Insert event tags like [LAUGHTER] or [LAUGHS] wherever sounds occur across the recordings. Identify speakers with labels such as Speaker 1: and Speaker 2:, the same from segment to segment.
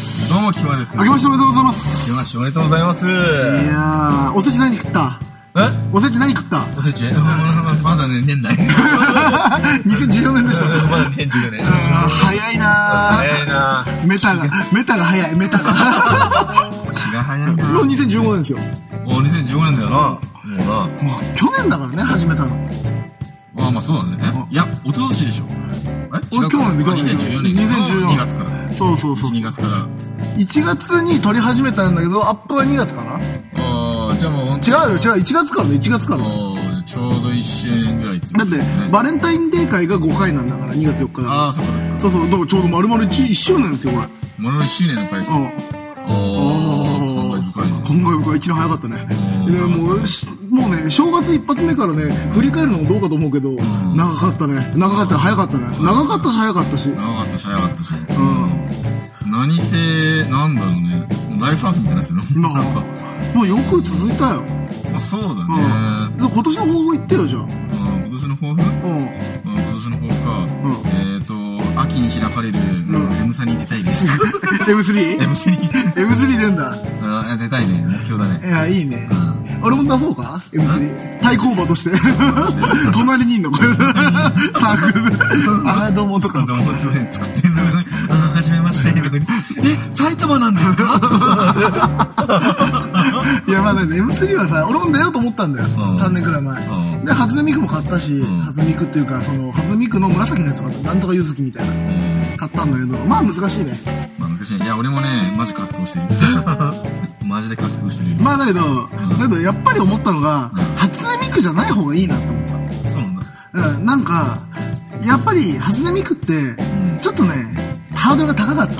Speaker 1: 明
Speaker 2: ですね。
Speaker 1: けましておめでとうございます。
Speaker 2: 明けましておめでとうございます。
Speaker 1: いやー、おせち何食った
Speaker 2: え
Speaker 1: おせち何食った [LAUGHS]
Speaker 2: おせち [LAUGHS] まだね、年内。 [LAUGHS]
Speaker 1: ?2014 年でした。
Speaker 2: まだ2014年。
Speaker 1: あー早いな
Speaker 2: 早いな
Speaker 1: ー。メタが、メタが早い、メタが。
Speaker 2: 気が早いな。
Speaker 1: もう2015年ですよ。も
Speaker 2: もう2015年だよな。もうな。
Speaker 1: う去年だからね、始めたの。
Speaker 2: まあまあそうなんだよね。いや、おととしでしょ。え
Speaker 1: 俺今日の
Speaker 2: 2014年。
Speaker 1: 2014
Speaker 2: 2月から。
Speaker 1: そうそうそう。
Speaker 2: 2
Speaker 1: 1
Speaker 2: 月から。
Speaker 1: 月に撮り始めたんだけど、アップは2月かな
Speaker 2: ああ、じゃあもう。
Speaker 1: 違うよ、違う。1月からだ、1月からだ。
Speaker 2: ああ、ちょうど1周年ぐらいって
Speaker 1: だって、バレンタインデー会が5回なんだから、2月4日だか
Speaker 2: ああ、そっかそっ
Speaker 1: ら。
Speaker 2: か。
Speaker 1: そうそう、だからちょうど丸々 1, 1周年ですよ、これ。
Speaker 2: もの1周年の回。あ
Speaker 1: うん。
Speaker 2: あ、
Speaker 1: あ
Speaker 2: 感慨深い
Speaker 1: あ、今回僕は一年早かったね。
Speaker 2: うん
Speaker 1: でもう、しもうね、正月一発目からね、振り返るのもどうかと思うけど、長かったね。長かった、早かったね。長かったし、早かったし。うん。
Speaker 2: 長かったし、早かったし。うん。何せ、なんだろうね。ライフハックみたいなやつの。
Speaker 1: まあ、もうよく続いたよ。
Speaker 2: まあ、そうだね。
Speaker 1: うん。で今年の抱負言ってよ、じゃあ。
Speaker 2: うん、今年の抱負
Speaker 1: うん。 [LAUGHS] うん。
Speaker 2: うん、今年の抱負か。えっと、秋に開かれる、
Speaker 1: ん
Speaker 2: M サに出たい [LAUGHS] です。
Speaker 1: M3?M3
Speaker 2: M サに。
Speaker 1: 出んだ。
Speaker 2: うん、出たいね。目標だ
Speaker 1: い
Speaker 2: ね。
Speaker 1: や、いいね
Speaker 2: う。ん。
Speaker 1: 俺も出そうか ?M3。対抗馬として。 [LAUGHS] 隣にいんのこれ。サークルで。ああ、どうもとか。
Speaker 2: なんかもうすごい作ってんのに、あ、はじめまして、とか言ってえ、埼玉なんですか
Speaker 1: いやまだね M3 はさ俺も出ようと思ったんだよ、
Speaker 2: ん
Speaker 1: 3年くらい前、
Speaker 2: うん
Speaker 1: で初音ミクも買ったし、
Speaker 2: ん
Speaker 1: 初音ミクっていうかその初音ミクの紫のやつ買ったなんとかゆずきみたいな
Speaker 2: うん
Speaker 1: 買ったんだけどまあ難しいね
Speaker 2: まあ難しい。いや、俺もね、マジ格闘 [LAUGHS] してる。マジで格闘してる。
Speaker 1: まあだけど、だけどやっぱり思ったのが、
Speaker 2: うん
Speaker 1: 初音ミクじゃない方がいいなと思っ
Speaker 2: そうなんだ。
Speaker 1: た、うん、なんかやっぱり初音ミクってちょっとねハードルが高かった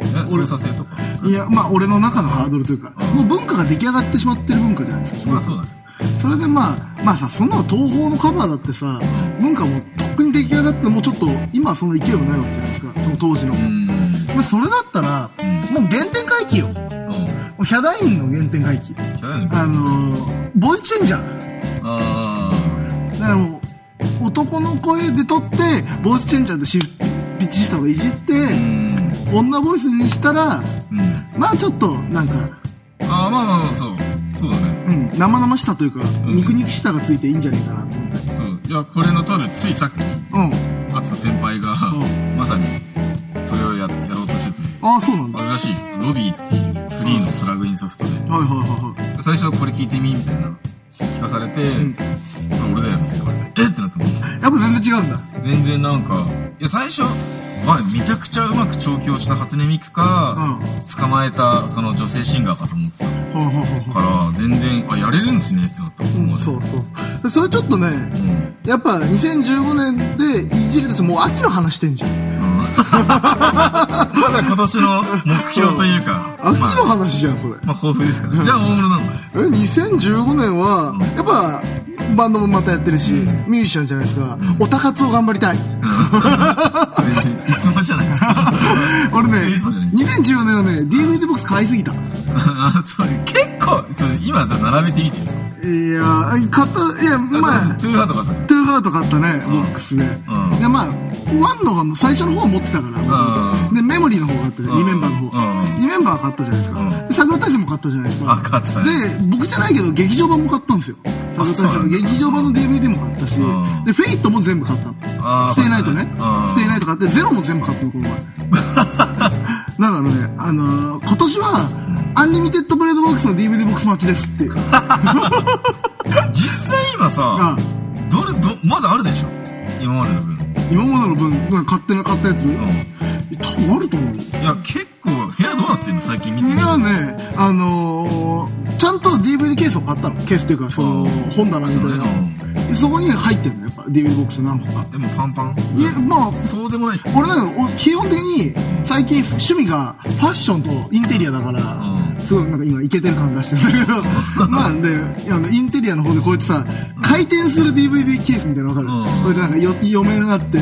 Speaker 2: え操作性とか。
Speaker 1: いやまあ俺の中のハードルというか、
Speaker 2: うん
Speaker 1: もう文化が出来上がってしまってる文化じゃないですか
Speaker 2: まあそうだね。
Speaker 1: それでまあ、まあさ、そんなの東宝のカバーだってさ、文化もとっくに出来上がって、もうちょっと、今はその勢いもないわけじゃないですか、その当時の。
Speaker 2: うーん。
Speaker 1: まあ、それだったら、もう原点回帰よ。も
Speaker 2: うん。
Speaker 1: うヒャダインの原点回帰。
Speaker 2: キャラの
Speaker 1: あのー、ボイスチェンジャー。
Speaker 2: あ
Speaker 1: だ
Speaker 2: ー
Speaker 1: からもう、男の声で撮って、ボイスチェンジャーでシフト、ピッチシフトをいじって、
Speaker 2: うーん。
Speaker 1: 女ボイスにしたら、
Speaker 2: うん。
Speaker 1: まあちょっと、なんか、
Speaker 2: あー、まあまあまあ、そう。そうだね。
Speaker 1: うん、生々しさというか、
Speaker 2: ん
Speaker 1: 肉肉しさがついていいんじゃないかなと思って。
Speaker 2: うん。いや、これの撮る、ついさっき、
Speaker 1: うん。
Speaker 2: あつ先輩が、
Speaker 1: ん
Speaker 2: まさに、それをや、やろうとしてて。
Speaker 1: ああ、そうなんだ。
Speaker 2: あ
Speaker 1: はい
Speaker 2: れらしい。ロビーっていうフリーのプラグインソフトで。
Speaker 1: はいはいはい。
Speaker 2: 最初これ聞いてみみたいな。聞かされて、
Speaker 1: ん
Speaker 2: あ俺だよみたいな言われて、えってなっても
Speaker 1: やっぱ全然違うんだ。
Speaker 2: 全然なんか、いや最初、まあめちゃくちゃうまく調教した初音ミクか、捕まえたその女性シンガーかと思ってたか
Speaker 1: ほうほうほうほ
Speaker 2: ら、全然、あ、やれるんすねってなった。
Speaker 1: ううんそうそう。それちょっとね、
Speaker 2: うん。うん。
Speaker 1: やっぱ2015年でいじるとしてもう秋の話してんじゃん。
Speaker 2: [LAUGHS] まだ今年の目標というか、
Speaker 1: 秋
Speaker 2: ま
Speaker 1: の
Speaker 2: あ、
Speaker 1: 話じゃん、それ。
Speaker 2: まあ豊富ですからね。じゃあ大物なんだ。
Speaker 1: え、2015年は
Speaker 2: うん、
Speaker 1: やっぱ、バンドもまたやってるし、ミュージシャンじゃないですか。オタ活を頑張りたい。
Speaker 2: うん。いつもじゃないですか。 [LAUGHS]
Speaker 1: 俺ね
Speaker 2: いいそうじゃない、で
Speaker 1: 2014年はね、DVD ボックス買いすぎた。い
Speaker 2: あそう結構そう今じゃあ並べてみてよ
Speaker 1: やー、買った、いや、まあ、
Speaker 2: ツーハーとかさ
Speaker 1: トゥーハート買ったね、ボックスで。
Speaker 2: ん
Speaker 1: で、まあ、ワンの方が最初の方は持ってたから、
Speaker 2: うん
Speaker 1: で、メモリーの方があってね、
Speaker 2: ん
Speaker 1: リメンバーの方。
Speaker 2: うん
Speaker 1: リメンバー買ったじゃないですか。
Speaker 2: うん
Speaker 1: で、桜大戦も買ったじゃないです
Speaker 2: あ
Speaker 1: か。
Speaker 2: 買ってた
Speaker 1: で
Speaker 2: ね、
Speaker 1: 僕じゃないけど、劇場版も買ったんですよ。
Speaker 2: あ
Speaker 1: 桜大戦
Speaker 2: そうな
Speaker 1: の
Speaker 2: んだ
Speaker 1: 劇場版の DVD も買ったし
Speaker 2: うん、
Speaker 1: で、フェイトも全部買ったの。
Speaker 2: あー
Speaker 1: ステイナイトね
Speaker 2: うん。
Speaker 1: ステイナイト買って、ゼロも全部買ったの、この
Speaker 2: [LAUGHS]
Speaker 1: 前。だからね、あのー今年は、アンリミテッドブレードボックスの DVD ボックス待ちですっていう。
Speaker 2: 実際今さどれどまだあるでしょ今までの分
Speaker 1: 今までの分、買ってな買ったやつ、
Speaker 2: うん
Speaker 1: 多分あると思うよ。
Speaker 2: いや結構部屋どうなってんの最近見てみ
Speaker 1: い
Speaker 2: て
Speaker 1: やね、あのー、ちゃんと DVD ケースを買ったの。ケースというか、その、本棚みたい
Speaker 2: そうね
Speaker 1: な。でそこに入ってるの、やっぱ DVD ボックス何個か。
Speaker 2: うんでもパンパン
Speaker 1: いや、まあ、
Speaker 2: そうでもない
Speaker 1: 俺なんか、お基本的に、最近趣味がファッションとインテリアだから、
Speaker 2: うん
Speaker 1: すごいなんか今イケてる感がしてるんだけ [LAUGHS] ど、まあで、あの、インテリアの方でこうやってさ、回転する DVD ケースみたいなのわかる、
Speaker 2: うん
Speaker 1: こうやってなんかよ嫁があって、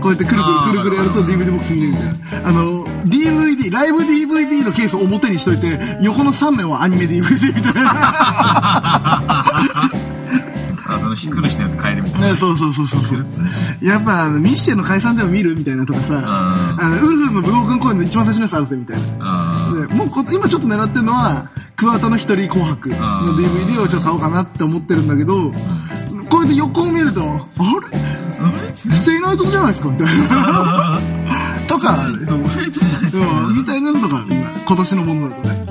Speaker 1: こうやってくるくるくるくるやると
Speaker 2: あー
Speaker 1: DVD ボックス見れるみたいな。あの、DVD、ライブ DVD のケースを表にしといて、横の3面はアニメ DVD みたいな。
Speaker 2: あそのひっくりしたやつ帰るみたいな
Speaker 1: ね [LAUGHS] そうそうそうそうそう。やっぱ、あの、ミッシェの解散でも見るみたいなとかさ、
Speaker 2: ん
Speaker 1: あの、ウルフルズの武道館公演の一番最初のやつあるぜみたいな。
Speaker 2: あうん
Speaker 1: でもうこ今ちょっと狙ってるのは、桑田の一人紅白の DVD をちょっと買おうかなって思ってるんだけど、こうやって横を見ると、あれ不正の男じゃないですかみたいな。 [LAUGHS] とか、
Speaker 2: あれそう、フェイトじゃないですか。
Speaker 1: うんみたいなのとか、今今年のものだとね。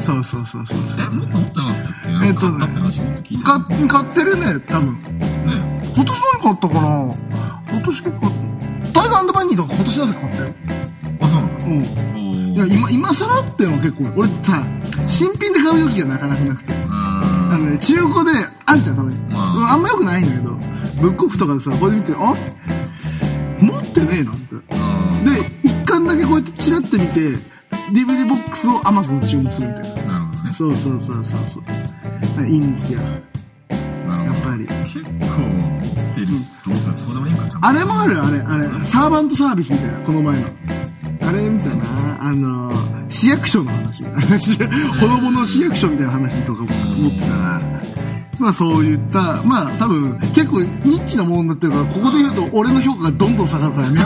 Speaker 1: そうそうそうそうそ
Speaker 2: え、
Speaker 1: う。
Speaker 2: もっと持ってなかったっけな
Speaker 1: え
Speaker 2: ん
Speaker 1: っ
Speaker 2: か
Speaker 1: と
Speaker 2: 買っ
Speaker 1: ね
Speaker 2: たって話もっと聞いてた
Speaker 1: 買
Speaker 2: んです
Speaker 1: っ買ってるね、多分。
Speaker 2: けどね。
Speaker 1: 今年何買ったかな今年結構、タイガーバニーとか今年なぜ買ったよ。
Speaker 2: あ、そうなの
Speaker 1: うん。いや、今、今更ってのは結構、俺さ、新品で買う勇気がなかなかなくて。あのね、中古で、あんじゃん、たまに。うん
Speaker 2: まあ
Speaker 1: あんま良くないんだけど、ブックオフとかでさ、これ見て、あ持ってねえなって。
Speaker 2: うん。
Speaker 1: で、一巻だけこうやってチラって見て、DVD ボックスを Amazon に注文するみたいな。
Speaker 2: なるほどね。
Speaker 1: そうそうそうそうそう。いいんですよ、やっ
Speaker 2: なるほ
Speaker 1: ぱり。
Speaker 2: ど。結構持ってるってことはそうでもいいんかな。
Speaker 1: あれもある、あれ、あれ。サーバントサービスみたいな、この前の。あれみたいな、あのー、市役所の話。 [LAUGHS] 話子供の市役所みたいな話とかも持ってたな。まあそういった、まあ多分、結構ニッチなものになってるから、ここで言うと俺の評価がどんどん下がるからね。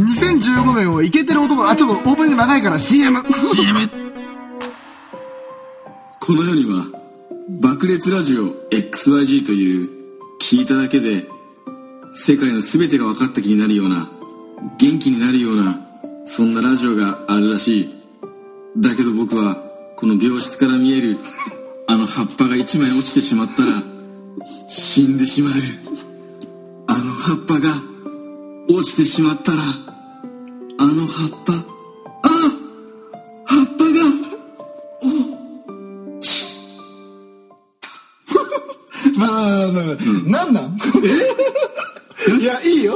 Speaker 1: 2015年をイケてる男、あ、ちょっとオープニング長いから CM!
Speaker 2: CM!
Speaker 3: この世には爆裂ラジオ XYG という聞いただけで世界の全てが分かった気になるような元気になるようなそんなラジオがあるらしいだけど僕はこの病室から見える [LAUGHS] あの葉っぱが一枚落ちてしまったら死んでしまうあの葉っぱが落ちてしまったらあの葉っぱあ葉っぱが
Speaker 1: まあまあまあまあ、なんなん [LAUGHS] いや、いいよ。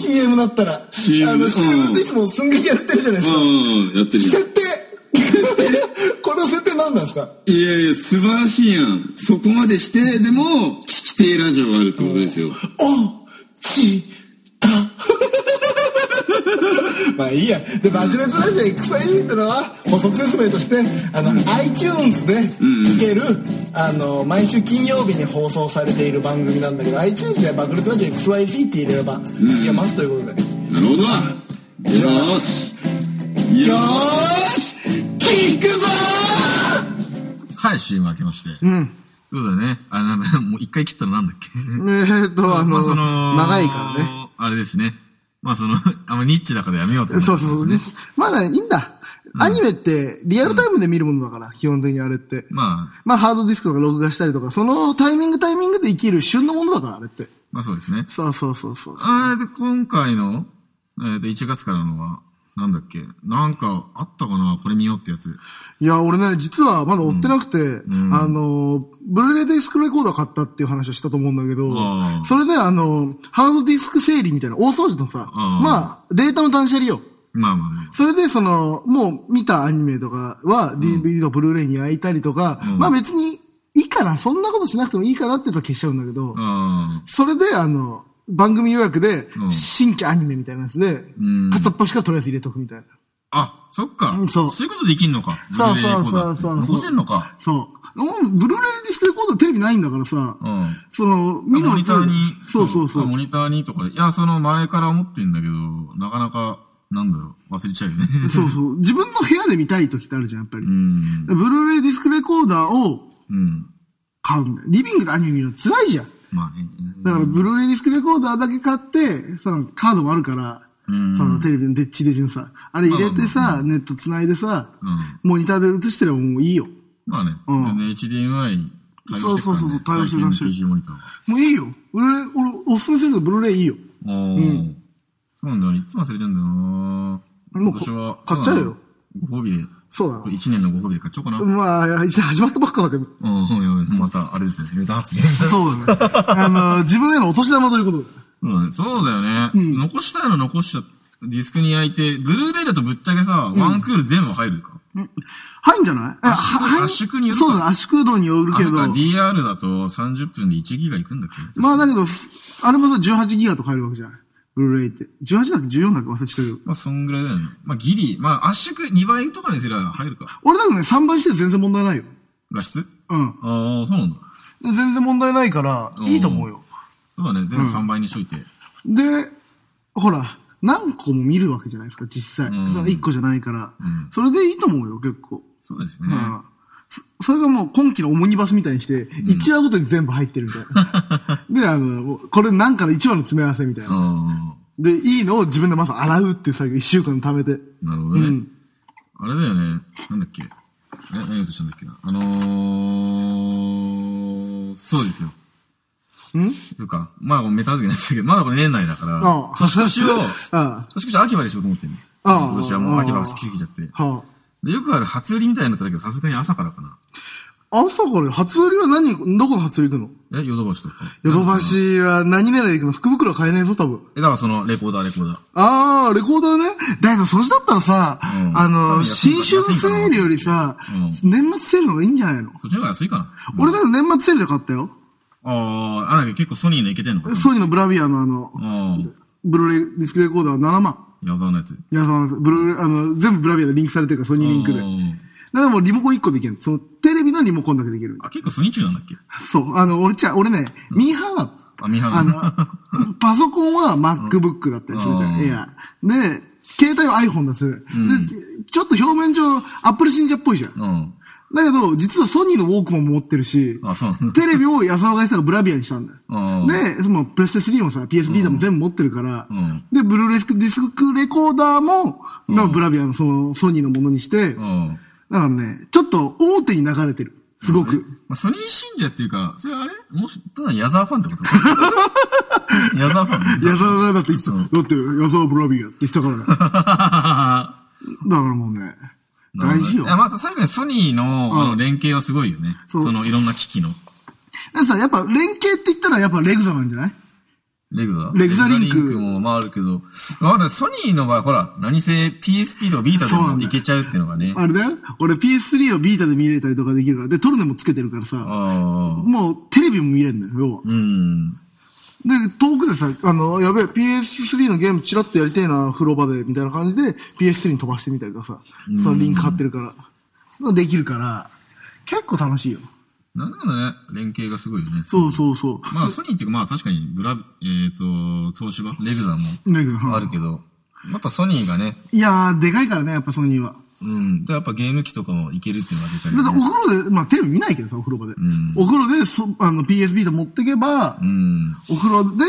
Speaker 1: CM だったら。
Speaker 3: CM
Speaker 1: あの、
Speaker 3: う
Speaker 1: CM
Speaker 3: ん
Speaker 1: っていつも寸劇やってるじゃないです
Speaker 3: う
Speaker 1: か。
Speaker 3: んうん、やってるやん。
Speaker 1: 設定 [LAUGHS] この設定なんなんですか
Speaker 3: いやいや、素晴らしいやん。そこまでして、でも、聞き手ラジオがあるってことですよ。
Speaker 1: おちた [LAUGHS] まあいいや。で、爆裂ラジオ XYZ ってのは、補足説明として、あの、iTunes で聴ける、あの、毎週金曜日に放送されている番組なんだけど、iTunes で爆裂ラジオ XYZ って入れれば、聞けますということで。
Speaker 3: なるほどよーし。よーし聞くぞ
Speaker 2: はい、CM 明けまして。うん。そうだね。あの、もう一回切ったらなんだっけ
Speaker 1: えっと、あ
Speaker 2: まあその、
Speaker 1: 長いからね。。
Speaker 2: あれですね。まあその、あんまニッチだからやめようって話
Speaker 1: そうそうそう
Speaker 2: で
Speaker 1: ね
Speaker 2: すね。。
Speaker 1: まだいいんだ。アニメって、リアルタイムで見るものだから、基本的にあれって。
Speaker 2: まあ、
Speaker 1: まあ、ハードディスクとか録画したりとか、そのタイミングタイミングで生きる旬のものだから、あれって。
Speaker 2: まあそうですね。
Speaker 1: そうそうそうそう。
Speaker 2: あーで、今回の、えっ、と、1月からのは、なんだっけなんか、あったかなこれ見ようってやつ。
Speaker 1: いや、俺ね、実はまだ追ってなくて、あの、ブルーレイディスクレコーダー買ったっていう話をしたと思うんだけ
Speaker 2: あ
Speaker 1: ど、
Speaker 2: ー
Speaker 1: それであの、ハードディスク整理みたいな、大掃除のさ、
Speaker 2: あー
Speaker 1: まあ、データの断捨離よ。
Speaker 2: まあまあまあ。
Speaker 1: それで、その、もう見たアニメとかは DVD とブルーレイに焼いたりとか、まあ別にいいかな、そんなことしなくてもいいかなってと消しちゃうんだけど、
Speaker 2: あ
Speaker 1: それで、あの、番組予約で
Speaker 2: ん、
Speaker 1: 新規アニメみたいなやつで
Speaker 2: ん、
Speaker 1: 片っ端からとりあえず入れとくみたいな。
Speaker 2: あ。あ、そっか
Speaker 1: う。んそう
Speaker 2: そういうことできんのか。
Speaker 1: そうそう
Speaker 2: ブルーレイレコーダーって
Speaker 1: そうそうそう
Speaker 2: 残せんのか。
Speaker 1: そう。もうブルーレイディスクレコードテレビないんだからさ、
Speaker 2: うん。
Speaker 1: その、見る
Speaker 2: モ
Speaker 1: の
Speaker 2: ニターに。
Speaker 1: そうそうそ
Speaker 2: あ
Speaker 1: う。
Speaker 2: モニターにとかで。いや、その前から思ってんだけど、なかなか、なんだろう、忘れちゃうよね。
Speaker 1: そうそう。自分の部屋で見たい時ってあるじゃん、やっぱり
Speaker 2: う。ん。
Speaker 1: ブルーレイディスクレコーダーを
Speaker 2: うん。
Speaker 1: 買うんだよ。リビングでアニメ見るの辛いじゃん。
Speaker 2: まあね。
Speaker 1: だから、ブルーレイディスクレコーダーだけ買って、そのカードもあるから、
Speaker 2: うん
Speaker 1: そのテレビのデッチデジのさ、あれ入れてさ、ネット繋いでさ、
Speaker 2: うん
Speaker 1: モニターで映してればもういいよ。
Speaker 2: まあね。
Speaker 1: うん
Speaker 2: でね HDMI に対応してるから、ね。
Speaker 1: そうそうそう対応してる
Speaker 2: 最近の PC モニターは。
Speaker 1: もういいよ。ブルーレイ、俺、おすすめするけど、ブルーレイいいよ。
Speaker 2: おー。そうなんだよ。いつも忘れてんだよな
Speaker 1: もうこ
Speaker 2: 今年は。
Speaker 1: 買っちゃうよ
Speaker 2: そうなの。ご褒美で。
Speaker 1: そうだな
Speaker 2: これ1年のご褒美で買っちゃおうかな。うん、
Speaker 1: まあ、一年始まったばっかだけど。
Speaker 2: うん、うん。また、あ [LAUGHS] れですね。メタ発言。
Speaker 1: そうだ
Speaker 2: [LAUGHS]
Speaker 1: ね。あの、自分へのお年玉ということで。
Speaker 2: うん、そうだよね。残したいの残しちゃって、ディスクに焼いて、ブルーレイだとぶっちゃけさ、ワンクール全部入るか。
Speaker 1: 入んじゃないあ、は
Speaker 2: 圧縮によるか
Speaker 1: そうだね、圧縮度による
Speaker 2: あ
Speaker 1: け
Speaker 2: とか
Speaker 1: ど。
Speaker 2: DR だと30分で1ギガいくんだっけ
Speaker 1: まあだけど、すあれもさ、18ギガとか入るわけじゃないブルーレイって。18だっけ ?14 だっけ忘れてるけど。
Speaker 2: まあ、そんぐらいだよね。まあ、ギリ。まあ、圧縮2倍とかにすれば入るか。
Speaker 1: 俺だけどね、3倍して全然問題ないよ。
Speaker 2: 画質
Speaker 1: うん。
Speaker 2: ああ、そうなんだ。
Speaker 1: 全然問題ないから、
Speaker 2: ん
Speaker 1: いいと思うよ。
Speaker 2: そうだね。全部3倍にしといて。
Speaker 1: で、ほら、何個も見るわけじゃないですか、実際。
Speaker 2: うん
Speaker 1: その1個じゃないから、
Speaker 2: うん
Speaker 1: それでいいと思うよ、結構。
Speaker 2: そうですね。
Speaker 1: うんそそれがもう今期のオモニバスみたいにして、1話ごとに全部入ってるみたい
Speaker 2: [LAUGHS]
Speaker 1: な。で、あの、もうこれなんかの1話の詰め合わせみたいな。
Speaker 2: あ
Speaker 1: で、いいのを自分でまず洗うっていう作業1週間貯めて。
Speaker 2: あ、なるほ
Speaker 1: う
Speaker 2: どね。
Speaker 1: ん。
Speaker 2: あれだよね。なんだっけ。え、何言おうとしたんだっけな。あのー、そうですよ。
Speaker 1: ん
Speaker 2: そうか。まあ、メタ付けになっちゃうけど、まだこれ年内だから
Speaker 1: ああ、
Speaker 2: 年越しを、
Speaker 1: あ
Speaker 2: 年越し秋葉でしようと思ってんの。
Speaker 1: ああ
Speaker 2: 今年はもう秋葉が好きすぎちゃって。
Speaker 1: あ。は
Speaker 2: で、よくある初売りみたいになったんだけど、さすがに朝からか
Speaker 1: あ。朝から初売りは何、どこの初売り行くの
Speaker 2: な。え、ヨドバシとか。
Speaker 1: ヨドバシは何狙いで行くの福袋は買えないぞ、多分。
Speaker 2: え、だからその、レコーダー、レコーダー。
Speaker 1: ああ、レコーダーね。だけど、それだったらさ、
Speaker 2: うん
Speaker 1: あ
Speaker 2: 多
Speaker 1: の、
Speaker 2: 分安い
Speaker 1: 新春セールよりさ、
Speaker 2: う
Speaker 1: 年末セールの方がいいんじゃないの、
Speaker 2: そっちの方が安いかな。
Speaker 1: 俺だって年末セールで買ったよ。
Speaker 2: ああ、あ、なんか結構ソニーのいけてんのかな。
Speaker 1: ソニーのブラビアのあの、
Speaker 2: あ
Speaker 1: ブルーレイディスクレコーダー7万。
Speaker 2: あ、矢沢のやつ。
Speaker 1: 皆さん、ブルーレイ、あの、全部ブラビアでリンクされてるから、ソニーリンクで。
Speaker 2: あ
Speaker 1: だから
Speaker 2: ー
Speaker 1: もうリモコン1個でいける。その、テレビのリモコンだけでいける。
Speaker 2: あ、結構ソニー中なんだっけ
Speaker 1: そう。あの、俺ちゃ、俺ね、ミーハーなの。
Speaker 2: あ、ミハ
Speaker 1: あ
Speaker 2: ル。 [LAUGHS]
Speaker 1: の、パソコンは MacBook だったりするじゃ。
Speaker 2: うんん
Speaker 1: いや。で、携帯は iPhone だする。で、ちょっと表面上、Apple 信者っぽいじゃん。
Speaker 2: [LAUGHS] うん。
Speaker 1: だけど、実はソニーのウォークマンも持ってるし、
Speaker 2: あ、そうなんだ。
Speaker 1: テレビを安沢がしたがブラビアにしたんだよ。
Speaker 2: あー
Speaker 1: で、そのプレステ3もさ、PS ビーダも全部持ってるから、
Speaker 2: うん
Speaker 1: で、ブルーレスクディスクレコーダーも、まあブラビアのそのソニーのものにして、
Speaker 2: う
Speaker 1: だか
Speaker 2: ん。
Speaker 1: らね、ちょっと大手に流れてる。すごく。
Speaker 2: まあ、ソニー信者っていうか、それはあれもしただ矢沢ファンってこと [LAUGHS] 矢沢フ [LAUGHS] ァン
Speaker 1: 矢沢がだっていつ、だって矢沢ブラビアってしたからね。だからもうね、大事よ。
Speaker 2: いや、また最後にソニーの、あの、連携はすごいよね。
Speaker 1: そう
Speaker 2: その、いろんな機器の。
Speaker 1: でさ、やっぱ連携って言ったらやっぱレグザなんじゃない
Speaker 2: レグザ
Speaker 1: レグザリンク
Speaker 2: レもまああるけど、まあ、だソニーの場合、ほら、何せ PSP とかビータで
Speaker 1: そうなん
Speaker 2: も
Speaker 1: だ
Speaker 2: い
Speaker 1: よ
Speaker 2: けちゃうっていうのがね。
Speaker 1: あれだよ。俺 PS3 をビータで見れたりとかできるから、で、トルネもつけてるからさ、
Speaker 2: ああ。
Speaker 1: もうテレビも見れんのよ、要は。
Speaker 2: うん。
Speaker 1: で、遠くでさ、あの、やべえ、PS3 のゲームチラッとやりたいな、風呂場で、みたいな感じで、PS3 に飛ばしてみたりとかさ、そのリンク貼ってるから。まあできるから、結構楽しいよ。
Speaker 2: なんだろうね、連携がすごいよね。
Speaker 1: そうそうそう。
Speaker 2: まあ、ソニーっていうか、まあ確かに、ブラ、えっ、と、東芝、レグザも
Speaker 1: ねうん
Speaker 2: あるけど、やっぱソニーがね、
Speaker 1: いやー、でかいからね、やっぱソニーは。
Speaker 2: うん。で、やっぱゲーム機とかもいけるっていうのが出たり、
Speaker 1: だってお
Speaker 2: ね。
Speaker 1: 風呂で、まあテレビ見ないけどさ、お風呂場で。
Speaker 2: ん
Speaker 1: お風呂でそ、あの、PSB と持ってけば、
Speaker 2: うん。
Speaker 1: お風呂で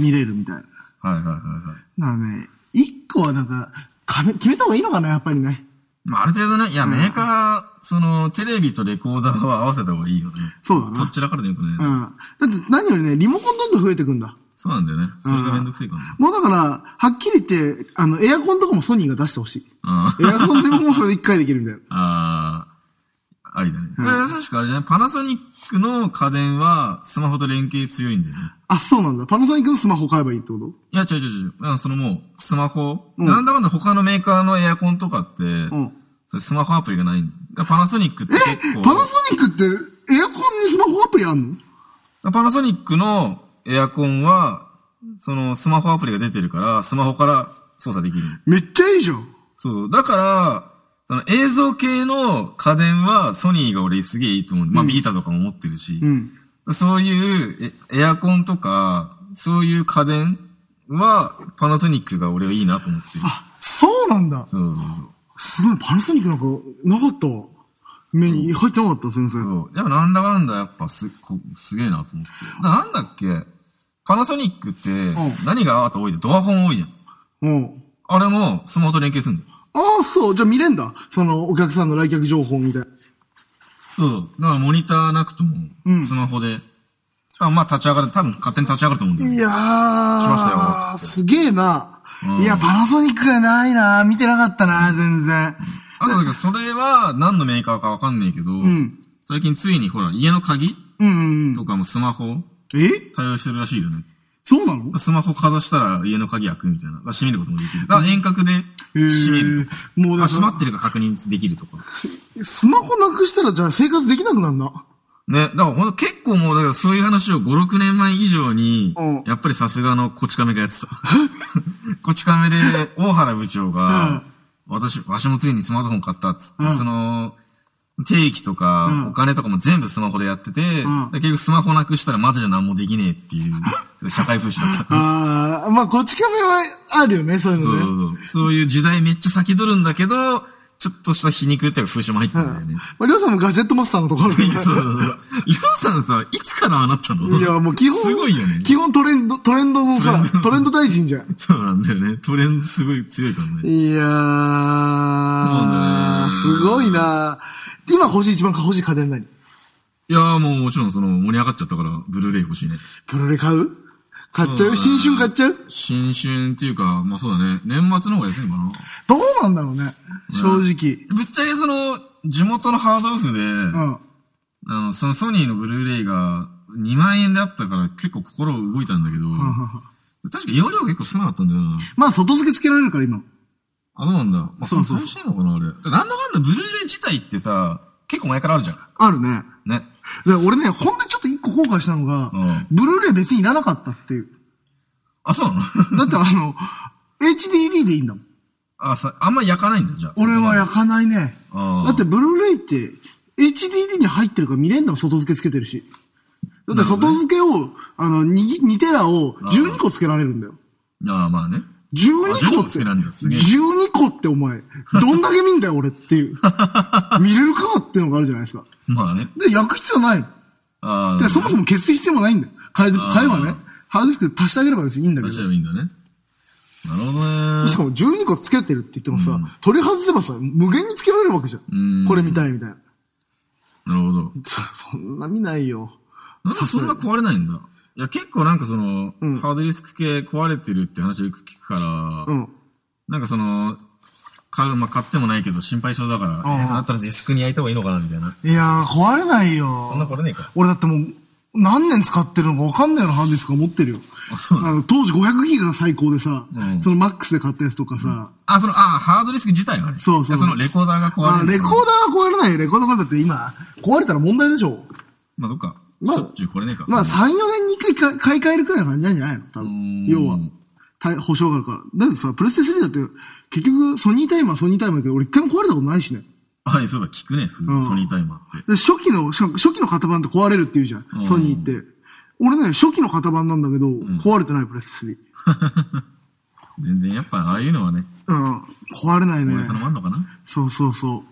Speaker 1: 見れるみたいな。だか
Speaker 2: はいはいはいはい。
Speaker 1: らね、一個はなんか、かめ決めた方がいいのかな、やっぱりね。
Speaker 2: まあ、ある程度ね、いや、メーカー、その、テレビとレコーダーは合わせた方がいいよね。
Speaker 1: そうだな
Speaker 2: そっちらからでよくね。
Speaker 1: うん。だって何よりね、リモコンどんどん増えてくんだ。
Speaker 2: そうなんだよね。それがめんどくせいかも。
Speaker 1: もうだから、はっきり言って、あの、エアコンとかもソニーが出してほ [LAUGHS] しい。
Speaker 2: あ
Speaker 1: エアコンでもそれで一回できるみたいな。
Speaker 2: あー、ありだね。確かあれじゃないパナソニックの家電は、スマホと連携強いんだよね。
Speaker 1: あ、そうなんだ。パナソニックのスマホ買えばいいってこと
Speaker 2: いや、違う違う違うあの。そのもう、スマホ、
Speaker 1: ん
Speaker 2: なんだかんだ他のメーカーのエアコンとかって、
Speaker 1: ん
Speaker 2: それスマホアプリがないんだだからパナソニックって結構、
Speaker 1: パナソニックって、エアコンにスマホアプリあんの
Speaker 2: パナソニックのエアコンは、そのスマホアプリが出てるから、スマホから操作できる。
Speaker 1: めっちゃいいじゃん。
Speaker 2: そう。だから、その映像系の家電はソニーが俺すげえいいと思う。まあビータとかも持ってるし。
Speaker 1: うん。
Speaker 2: そういうエエアコンとか、そういう家電はパナソニックが俺はいいなと思ってる。
Speaker 1: そうなんだ。
Speaker 2: そうそうそう。
Speaker 1: すごい、パナソニックなんか、なかったわ。目に入ってなかった、先生。
Speaker 2: そう。でもなんだかんだやっぱす、こすげえなと思って。だなんだっけパナソニックって
Speaker 1: ん
Speaker 2: 何があと多いじゃん。ドアホン多いじゃん。
Speaker 1: うん。
Speaker 2: あれもスマホと連携するんだよ。
Speaker 1: ああ、そう。じゃあ見れんだ。その、お客さんの来客情報みたいな。
Speaker 2: そう。だからモニターなくとも、スマホで。あまあ立ち上がる、多分勝手に立ち上がると思うんだ
Speaker 1: い
Speaker 2: よね。
Speaker 1: やー。来
Speaker 2: ましたよつって
Speaker 1: すげえな。
Speaker 2: うん
Speaker 1: いや、パナソニックがないな。見てなかったな、全然。
Speaker 2: あとだからそれは何のメーカーかわかんないけど、
Speaker 1: ん
Speaker 2: 最近ついにほら家の鍵
Speaker 1: うんうんうん。
Speaker 2: とかもスマホ
Speaker 1: え
Speaker 2: 対応してるらしいよね。
Speaker 1: そうなの
Speaker 2: スマホかざしたら家の鍵開くみたいな。だから閉めることもできる。だから遠隔で閉めるとか。
Speaker 1: えーもうだ
Speaker 2: あ
Speaker 1: から
Speaker 2: 閉まってるか確認できるとか。
Speaker 1: スマホなくしたらじゃあ生活できなくなるな。
Speaker 2: ね、だからほんと結構もう、だからそういう話を5、6年前以上に
Speaker 1: うん、
Speaker 2: やっぱりさすがのこち亀がやってた。こち亀で、大原部長が、私、わしもついにスマートフォン買ったっつって、
Speaker 1: うん
Speaker 2: その、定期とか、
Speaker 1: うん
Speaker 2: お金とかも全部スマホでやってて、
Speaker 1: ん
Speaker 2: で結局スマホなくしたらマジで何もできねえっていう、 [LAUGHS] 社会風習だった。
Speaker 1: ああ、まあ、こっち亀はあるよね、そういう
Speaker 2: そ
Speaker 1: の
Speaker 2: う
Speaker 1: ね。
Speaker 2: そうそう。そういう時代めっちゃ先取るんだけど、ちょっとした皮肉っていうか風習も入ってんだよね。
Speaker 1: まあ、りょうさんもガジェットマスターのところに。
Speaker 2: [LAUGHS] そうそうそう。りょうさんさ、いつからあなったの
Speaker 1: いや、もう基本、
Speaker 2: すごいよね。
Speaker 1: 基本トレンド、トレンドのさ、トレンド大臣じゃん。
Speaker 2: そうなんだよね。トレンドすごい強いからね。
Speaker 1: いやー、
Speaker 2: そうだね
Speaker 1: すごいな今欲しい、一番欲しい家電何
Speaker 2: いやーもうもちろんその盛り上がっちゃったから、ブルーレイ欲しいね。
Speaker 1: プロレ買う買っちゃ
Speaker 2: そうだ
Speaker 1: う
Speaker 2: ね
Speaker 1: 新春買っちゃう
Speaker 2: 新春っていうか、まあそうだね。年末の方が安いのかな。
Speaker 1: どうなんだろうね、正直。
Speaker 2: ぶっちゃけその、地元のハードオフで、
Speaker 1: うん。
Speaker 2: あの、そのソニーのブルーレイが2万円であったから結構心動いたんだけど、確か容量結構少なかったんだよな。
Speaker 1: まあ、外付けつけられるから、今。
Speaker 2: あ、そうなんだ。まあ、そ
Speaker 1: そう
Speaker 2: れ
Speaker 1: そう
Speaker 2: 楽しいのかな、あれ。なんだかんだブルーレイ自体ってさ、結構前からあるじゃん。
Speaker 1: あるね。
Speaker 2: ね。
Speaker 1: で俺ね、ほんとにちょっと一個後悔したのが、
Speaker 2: うん
Speaker 1: ブルーレイ別にいらなかったっていう。
Speaker 2: あ、そうなの
Speaker 1: だ
Speaker 2: [LAUGHS]
Speaker 1: ってあの、HDD でいいんだもん。
Speaker 2: あ、さ、あんま焼かないんだ、じゃあ。
Speaker 1: 俺は焼かないね。
Speaker 2: うん
Speaker 1: だってブルーレイって、HDD に入ってるから見れんだもん、外付けつけてるし。だって外付けを、あの、2, 2テラを12個つけられるんだよ。
Speaker 2: ああ、まあね。
Speaker 1: 12個
Speaker 2: あ12個
Speaker 1: っ
Speaker 2: つ
Speaker 1: て、
Speaker 2: けられるんだすげえ
Speaker 1: 12個ってお前、どんだけ見んだよ俺って [LAUGHS] いう。見れるかっていうのがあるじゃないですか。
Speaker 2: まあね。
Speaker 1: で、焼く必要ないの。
Speaker 2: ああ。
Speaker 1: で、そもそも欠水必要もないんだよ。買えて、
Speaker 2: あー
Speaker 1: 買えばね、ハードディスク足してあげれば別にいいんだけ
Speaker 2: 出し
Speaker 1: ど
Speaker 2: ちゃ。えばいいんだね。なるほどね。
Speaker 1: しかも12個つけてるって言ってもさ、
Speaker 2: うん
Speaker 1: 取り外せばさ、無限につけられるわけじゃ
Speaker 2: うん
Speaker 1: ん。これ見たいみたいな。
Speaker 2: なるほど。
Speaker 1: そそんな見ないよ。
Speaker 2: なんかそんな壊れないんだ。いや、結構なんかその、
Speaker 1: うん
Speaker 2: ハードディスク系壊れてるって話をよく聞くから、
Speaker 1: うん。
Speaker 2: なんかその、買う、まあ、買ってもないけど心配性だか
Speaker 1: ん
Speaker 2: ら、えーあったらディスクに焼いた方がいいのかなみたいな。
Speaker 1: いやー、壊れない
Speaker 2: そんな
Speaker 1: よ。
Speaker 2: これねえか。
Speaker 1: 俺だってもう、何年使ってるのかわかんないようなハードディスクを持ってるよ。
Speaker 2: あ、そうなんだ。
Speaker 1: あの、当時500ギガが最高でさ、
Speaker 2: うん
Speaker 1: そのマックスで買ったやつとかさ、
Speaker 2: あ、その、あ、ハードディスク自体はね。
Speaker 1: そうそう
Speaker 2: いやそのレコーダーが
Speaker 1: あ
Speaker 2: 壊れ
Speaker 1: レ
Speaker 2: る
Speaker 1: コ
Speaker 2: のかな。
Speaker 1: ーダーは壊れないよ。レコーダーがだって今、壊れたら問題でしょ。
Speaker 2: まあ、どっか。
Speaker 1: まあ
Speaker 2: しょっちゅう壊れねえか。
Speaker 1: まあ、3、4年に1回買い買い替えるくらいな感じなんじゃないの多
Speaker 2: うん
Speaker 1: 分。要は。対保証があるから。だってさ、プレステ3だって、結局、ソニータイマー、ソニータイマーだけど、俺一回も壊れたことないしね。
Speaker 2: はい、そういえば聞くね、そういう
Speaker 1: うん
Speaker 2: ソニータイマーって。
Speaker 1: で初期の、しかも初期の型番って壊れるって言うじゃ
Speaker 2: うん
Speaker 1: ん、ソニーって。俺ね、初期の型番なんだけど、壊れてない、プレステ3。
Speaker 2: 全然やっぱ、ああいうのはね、
Speaker 1: うん。壊れないね
Speaker 2: 大。げさのもあんのかな。
Speaker 1: そうそうそ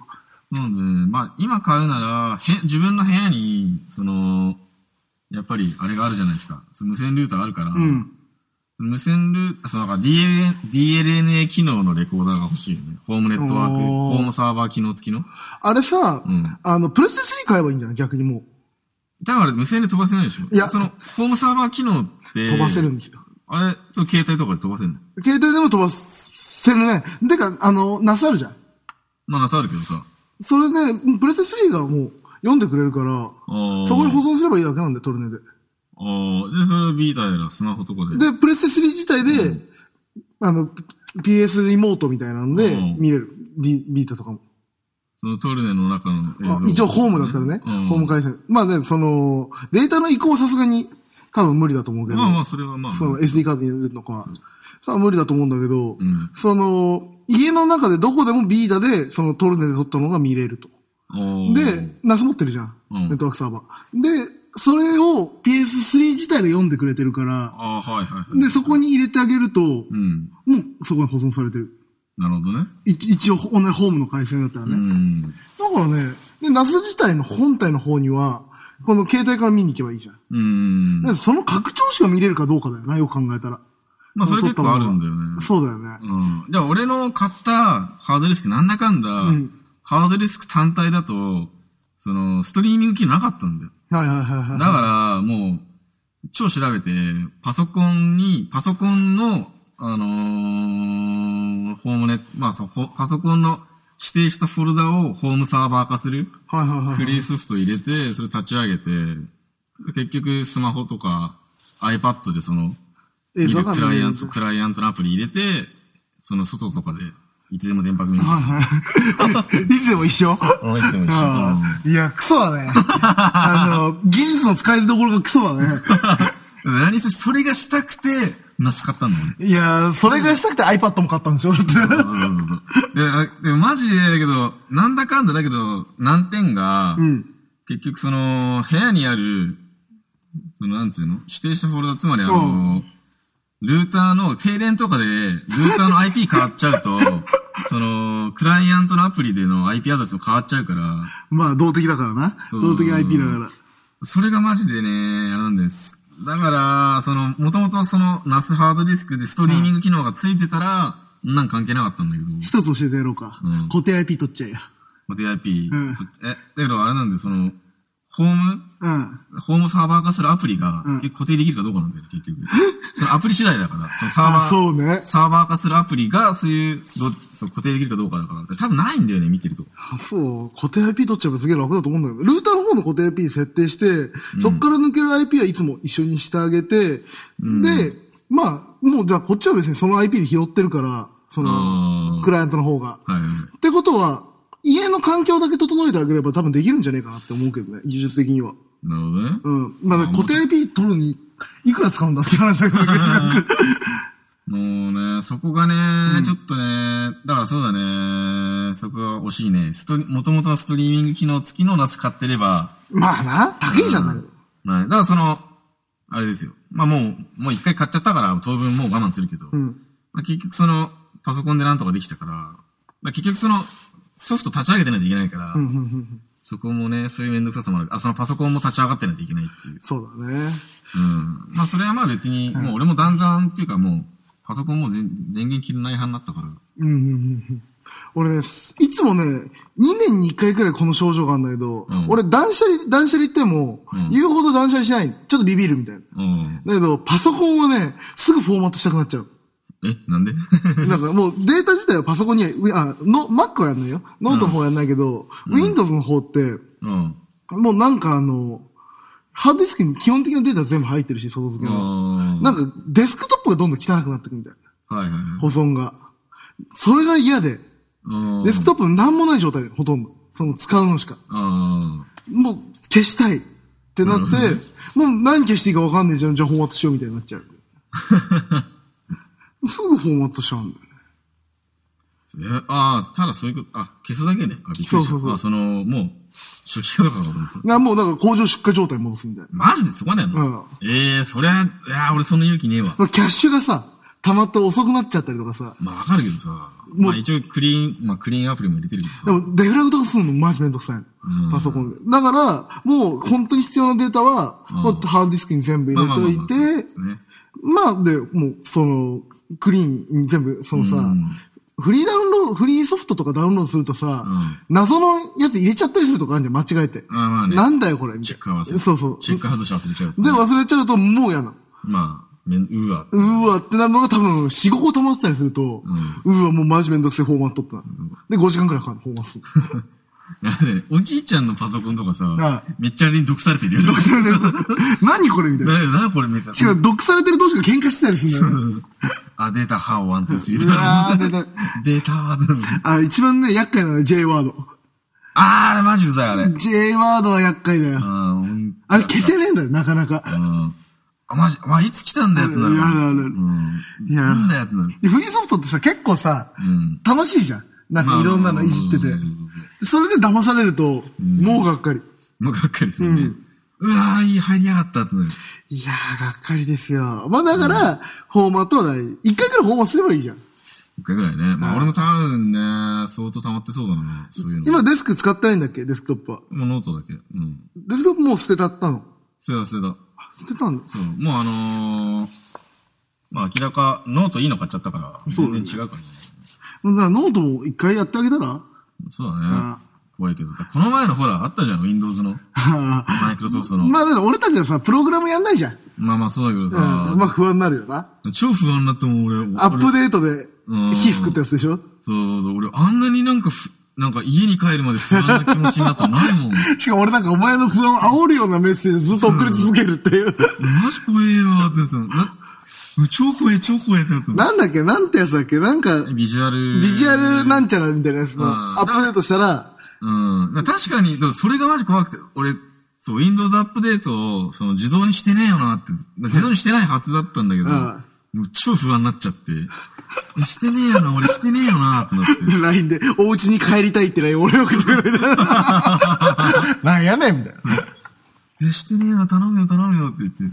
Speaker 1: う。
Speaker 2: なので、まあ、今買うなら、へ、自分の部屋に、その、やっぱり、あれがあるじゃないですか。その無線ルーターあるから、
Speaker 1: うん。
Speaker 2: 無線ルーター、そのなんか DLN DLNA 機能のレコーダーが欲しいよね。ホームネットワーク、
Speaker 1: おー
Speaker 2: ホームサーバー機能付きの。
Speaker 1: あれさ、
Speaker 2: うん
Speaker 1: あの、プレステ3買えばいいんじゃない逆にも
Speaker 2: 多分あれ無線で飛ばせないでしょ
Speaker 1: いや
Speaker 2: その、ホームサーバー機能って、
Speaker 1: う。飛ばせるんですよ。
Speaker 2: あれ、ちょっと携帯とかで飛ばせるの
Speaker 1: 携帯でも飛ばせるね。てか、あの、ナスあるじゃん。
Speaker 2: まあ、なさあるけどさ。
Speaker 1: それで、プレステ3がもう読んでくれるから、
Speaker 2: ー
Speaker 1: そこに保存すればいいだけなんだよ、トルネで。
Speaker 2: あーで、それをビーターやらスマホとかで。
Speaker 1: で、プレステ3自体で、あの、PS リモートみたいなので
Speaker 2: うん、
Speaker 1: 見れる。D、ビータとかも。
Speaker 2: そのトルネの中の映像
Speaker 1: あ
Speaker 2: とかね、
Speaker 1: 一応ホームだったらね、
Speaker 2: うん
Speaker 1: ホーム回線。まあね、その、データの移行はさすがに多分無理だと思うけど、
Speaker 2: まあまあ、それはまあ。
Speaker 1: その SD カードに入れるのか、それは無理だと思うんだけど、
Speaker 2: ん
Speaker 1: その、家の中でどこでもビーダで、そのトルネで撮ったのが見れると。
Speaker 2: おー
Speaker 1: で、ナス持ってるじゃん。
Speaker 2: うん
Speaker 1: ネットワークサーバー。で、それを PS3 自体が読んでくれてるから、
Speaker 2: ああ、はいはいはい。
Speaker 1: で、そこに入れてあげると、
Speaker 2: うん。
Speaker 1: もうそこに保存されてる。
Speaker 2: なるほどね。
Speaker 1: 一一応、同じホームの回線だったらね。
Speaker 2: うん。
Speaker 1: だからね、で、ナス自体の本体の方には、この携帯から見に行けばいいじゃん。
Speaker 2: うん
Speaker 1: だか。らその拡張子が見れるかどうかだよな、よく考えたら。
Speaker 2: まあ、それ結構あるんだよね。
Speaker 1: そうだよね。
Speaker 2: うん。でも俺の買ったハードディスクなんだかんだ、
Speaker 1: ん
Speaker 2: ハードディスク単体だと、その、ストリーミング機能なかったんだよ。
Speaker 1: はいはいはいはい。
Speaker 2: だから、もう、超調べて、パソコンに、パソコンの、あのーホームネット、まあそう、ほパソコンの指定したフォルダをホームサーバー化する。
Speaker 1: はいはいはい。
Speaker 2: フリーソフト入れて、それ立ち上げて、結局スマホとか iPad でその、
Speaker 1: 映
Speaker 2: 見
Speaker 1: 像
Speaker 2: る
Speaker 1: が
Speaker 2: ク
Speaker 1: 見
Speaker 2: ラ
Speaker 1: れ
Speaker 2: イ
Speaker 1: る
Speaker 2: ア
Speaker 1: み
Speaker 2: ン
Speaker 1: たい
Speaker 2: ト、
Speaker 1: な。
Speaker 2: クライアントのアプリ入れて、その外とかで、いつでも電波組に。
Speaker 1: はいはい。いつでも一緒
Speaker 2: あいつでも一緒 [LAUGHS]
Speaker 1: ああいや、クソだね。あの、技術の使いどころがクソだね。
Speaker 2: 何せそれがしたくて、ナス買ったの。俺
Speaker 1: いやー、それがしたくて iPad も買ったんでしょだって。
Speaker 2: そうそうそうであでもマジで、だけど、なんだかんだだけど、難点が、
Speaker 1: うん。
Speaker 2: 結局その、部屋にある、その、なんつうの指定したフォルダ、つまりあの、
Speaker 1: うん
Speaker 2: ルーターの、停電とかで、ルーターの IP 変わっちゃ
Speaker 1: [LAUGHS]
Speaker 2: うと、その、クライアントのアプリでの IP アドレスも変わっちゃうから、
Speaker 1: まあ、動的だからな。
Speaker 2: そう
Speaker 1: 動的 IP だから。
Speaker 2: それがマジでね、あれなんです。だから、その、もともとその、ナスハードディスクでストリーミング機能がついてたら、なん関係なかったんだけど、
Speaker 1: 一つ教えてやろうか。
Speaker 2: うん
Speaker 1: 固定 IP 取っちゃえや。
Speaker 2: また IP、
Speaker 1: うん
Speaker 2: とえ、だけどあれなんで、その、ホーム
Speaker 1: うん。
Speaker 2: ホームサーバー化するアプリが、
Speaker 1: うん
Speaker 2: 結構固定できるかどうかなんだよね、結局。そのアプリ次第だ
Speaker 1: [LAUGHS]
Speaker 2: から、そのサーバ
Speaker 1: あ、
Speaker 2: ー、
Speaker 1: そうね。
Speaker 2: サーバー化するアプリが、そういう、どうそう固定できるかどうかだから、多分ないんだよね、見てると。
Speaker 1: あそう。固定 IP 取っちゃえばすげえ楽だと思うんだけど、ルーターの方の固定 IP 設定して、そっから抜ける IP はいつも一緒にしてあげて、で、まあ、もうじゃあこっちは別にその IP で拾ってるから、そ
Speaker 2: あ
Speaker 1: の、
Speaker 2: ー
Speaker 1: クライアントの方が。
Speaker 2: はいはい。
Speaker 1: ってことは、家の環境だけ整えてあげれば多分できるんじゃねえかなって思うけどね、技術的には。
Speaker 2: なるほどね。
Speaker 1: うん。まあ、固定 IP 取るに、いくら使うんだって話だけど、
Speaker 2: もうね、そこがね、ちょっとね、だからそうだね、そこが惜しいね。ストリ、元々のストリーミング機能付きのナス買ってれば、
Speaker 1: まあな、高いじゃない。
Speaker 2: まあ、だからその、あれですよ。まあもう、もう一回買っちゃったから、当分もう我慢するけど、
Speaker 1: うん。
Speaker 2: まあ、結局その、パソコンでなんとかできたから、まあ、結局その、ソフト立ち上げてないといけないから、
Speaker 1: うんうんうんうん
Speaker 2: そこもね、そういうめんどくささもある。あ、そのパソコンも立ち上がってないといけないっていう。
Speaker 1: そうだね。
Speaker 2: うん。まあそれはまあ別に、もう俺もだんだんっていうかもう、パソコンも全電源切れない派になったから。
Speaker 1: うんうんうんうん。俺ね、すいつもね、2年に1回くらいこの症状があるんだけど、
Speaker 2: うん
Speaker 1: 俺断捨離、断捨離っても、
Speaker 2: うん
Speaker 1: 言うほど断捨離しない。ちょっとビビるみたいな。
Speaker 2: うん。
Speaker 1: だけど、パソコンはね、すぐフォーマットしたくなっちゃう。
Speaker 2: え、なんで [LAUGHS]
Speaker 1: なんかもうデータ自体はパソコンには、うあ、の、Mac はやんないよ。ノートの方はやんないけど、Windows の方って、
Speaker 2: うん。
Speaker 1: もうなんかあの、ハードディスクに基本的なデータ全部入ってるし、外付けの。
Speaker 2: あ
Speaker 1: なんかデスクトップがどんどん汚くなってくみたいな。
Speaker 2: あ。はいはいはい
Speaker 1: 保存が。それが嫌で、
Speaker 2: うん。
Speaker 1: デスクトップなんもない状態で、ほとんど。その使うのしか。
Speaker 2: あ
Speaker 1: もう消したいってなって、もう何消していいかわかんないじゃん。じゃあフォーマットしようみたいになっ
Speaker 2: [LAUGHS]
Speaker 1: ちゃう。すぐフォーマットしちゃうんだよね。
Speaker 2: あ。え、ああ、ただそういうこと、あ、消すだけね。あびっくりした
Speaker 1: そうそうそう
Speaker 2: あ、その、もう、初期化とかだと思った。
Speaker 1: なもうなんか工場出荷状態に戻すみたいな。
Speaker 2: マジでそこなの、
Speaker 1: うん
Speaker 2: ええそりゃ、いやー俺そんな勇気ねえわ。
Speaker 1: まあ、キャッシュがさ、溜まって遅くなっちゃったりとかさ。
Speaker 2: まあわかるけどさ、まあ一応クリーン、まあクリーンアプリも入れてるけどさ。
Speaker 1: でもデフラグとかするのマジめんどくさいの
Speaker 2: うん
Speaker 1: パソコンで。だから、もう本当に必要なデータは、
Speaker 2: ん
Speaker 1: まあハードディスクに全部入れといて、
Speaker 2: そうですね
Speaker 1: まあ、で、もう、その、クリーンに全部、そのさ、
Speaker 2: うん
Speaker 1: フリーダウンロード、フリーソフトとかダウンロードするとさ、
Speaker 2: うん
Speaker 1: 謎のやつ入れちゃったりするとかあるじゃん、間違えて。
Speaker 2: あまあね
Speaker 1: なんだよ、これ、み
Speaker 2: チ
Speaker 1: た
Speaker 2: ェ
Speaker 1: い
Speaker 2: ック合わ
Speaker 1: な。
Speaker 2: せ。
Speaker 1: そうそう。
Speaker 2: チェック外し忘れちゃうやつね、
Speaker 1: で、忘れちゃうと、もう嫌な。
Speaker 2: まあ、めん、うわ。
Speaker 1: うーわってなるのが多分、4、5個溜まってたりすると、うーわ、もうマジめんどくせえフォーマットってなる。で、5時間くらいかかる、フォーマットする。
Speaker 2: だってねおじいちゃんのパソコンとかさ、
Speaker 1: は
Speaker 2: めっちゃあれに毒されてるよ。毒されてる。
Speaker 1: [LAUGHS] 何これみたいな。
Speaker 2: ななこれめっちゃ。
Speaker 1: しかも、毒されてる同士が喧嘩してたりするんだよね。
Speaker 2: あ、データ、ハー、ワン、ツー、スリー。
Speaker 1: うわー、
Speaker 2: [LAUGHS]
Speaker 1: で、で
Speaker 2: データ、ハー、
Speaker 1: あ、一番ね、厄介なのは J ワード。
Speaker 2: あー、あれマジうざい、あれ。
Speaker 1: J ワードは厄介だよ。
Speaker 2: あーほん
Speaker 1: あれ消せねえんだよ、なかなか。
Speaker 2: うん。あ、マジ、わ、いつ来たんだよってなる。
Speaker 1: いやあるあるある
Speaker 2: うん。
Speaker 1: いや
Speaker 2: なんだよってなる。
Speaker 1: フリーソフトってさ、結構さ、
Speaker 2: ん
Speaker 1: 楽しいじゃん。なんかいろんなのいじってて
Speaker 2: まあまあまあまあま。
Speaker 1: それで騙されると、もうがっかり。
Speaker 2: もうがっかりするね。うわー、いい、入りやがったってなる。
Speaker 1: いやー、がっかりですよ。まあだから、フォーマットはない。一回くらいフォーマットすればいいじゃん。
Speaker 2: 一回ぐらいね。まあ俺も多分ね、相当溜まってそうだな、そういうの。
Speaker 1: 今デスク使ってないんだっけデスクトップは。
Speaker 2: もうノートだけ。うん。
Speaker 1: デスクトップもう捨てたったの。
Speaker 2: それだ、それだ。
Speaker 1: あ捨てたんだ。
Speaker 2: そう。もうあのー、まあ明らか、ノートいいの買っちゃったから、
Speaker 1: そうだね
Speaker 2: 全然違うからね。
Speaker 1: だからノートも一回やってあげたら
Speaker 2: そうだ
Speaker 1: あ
Speaker 2: ね。怖いけど。だこの前のほら、あったじゃん、
Speaker 1: [LAUGHS]
Speaker 2: Windows の。マイクロソフトの。
Speaker 1: まあだから俺たちはさ、プログラムやんないじゃん。
Speaker 2: まあまあそうだけど
Speaker 1: うん。まあ
Speaker 2: さ、
Speaker 1: 不安になるよな。
Speaker 2: 超不安になってもう俺、
Speaker 1: アップ
Speaker 2: 俺
Speaker 1: デートで
Speaker 2: うん、
Speaker 1: 火吹くってやつでしょ
Speaker 2: そうそう、俺あんなになんかふ、なんか家に帰るまで不安な気持ちになったのないもん。
Speaker 1: [LAUGHS] しかも俺なんかお前の不安を煽るようなメッセージずっと送り続けるっていう。
Speaker 2: マジ怖えわってさ、な、超怖え、超怖えってなったの。
Speaker 1: なんだっけなんてやつだっけなんか、
Speaker 2: ビジュアル。
Speaker 1: ビジュアルなんちゃらみたいなやつの
Speaker 2: うん
Speaker 1: アップデートしたら、
Speaker 2: うん。確かに、でもそれがマジ怖くて、俺、そう、Windows アップデートを、その自動にしてねえよなって、自動にしてないはずだったんだけど、
Speaker 1: うん
Speaker 2: もう超不安になっちゃって、えしてねえよな、俺してねえよなってなって。
Speaker 1: LINE で、お家に帰りたいって LINE 俺送ってくれるみたいな。 [LAUGHS] なんやねんみたいな。
Speaker 2: え、してねえよ、頼むよ、頼むよって言って。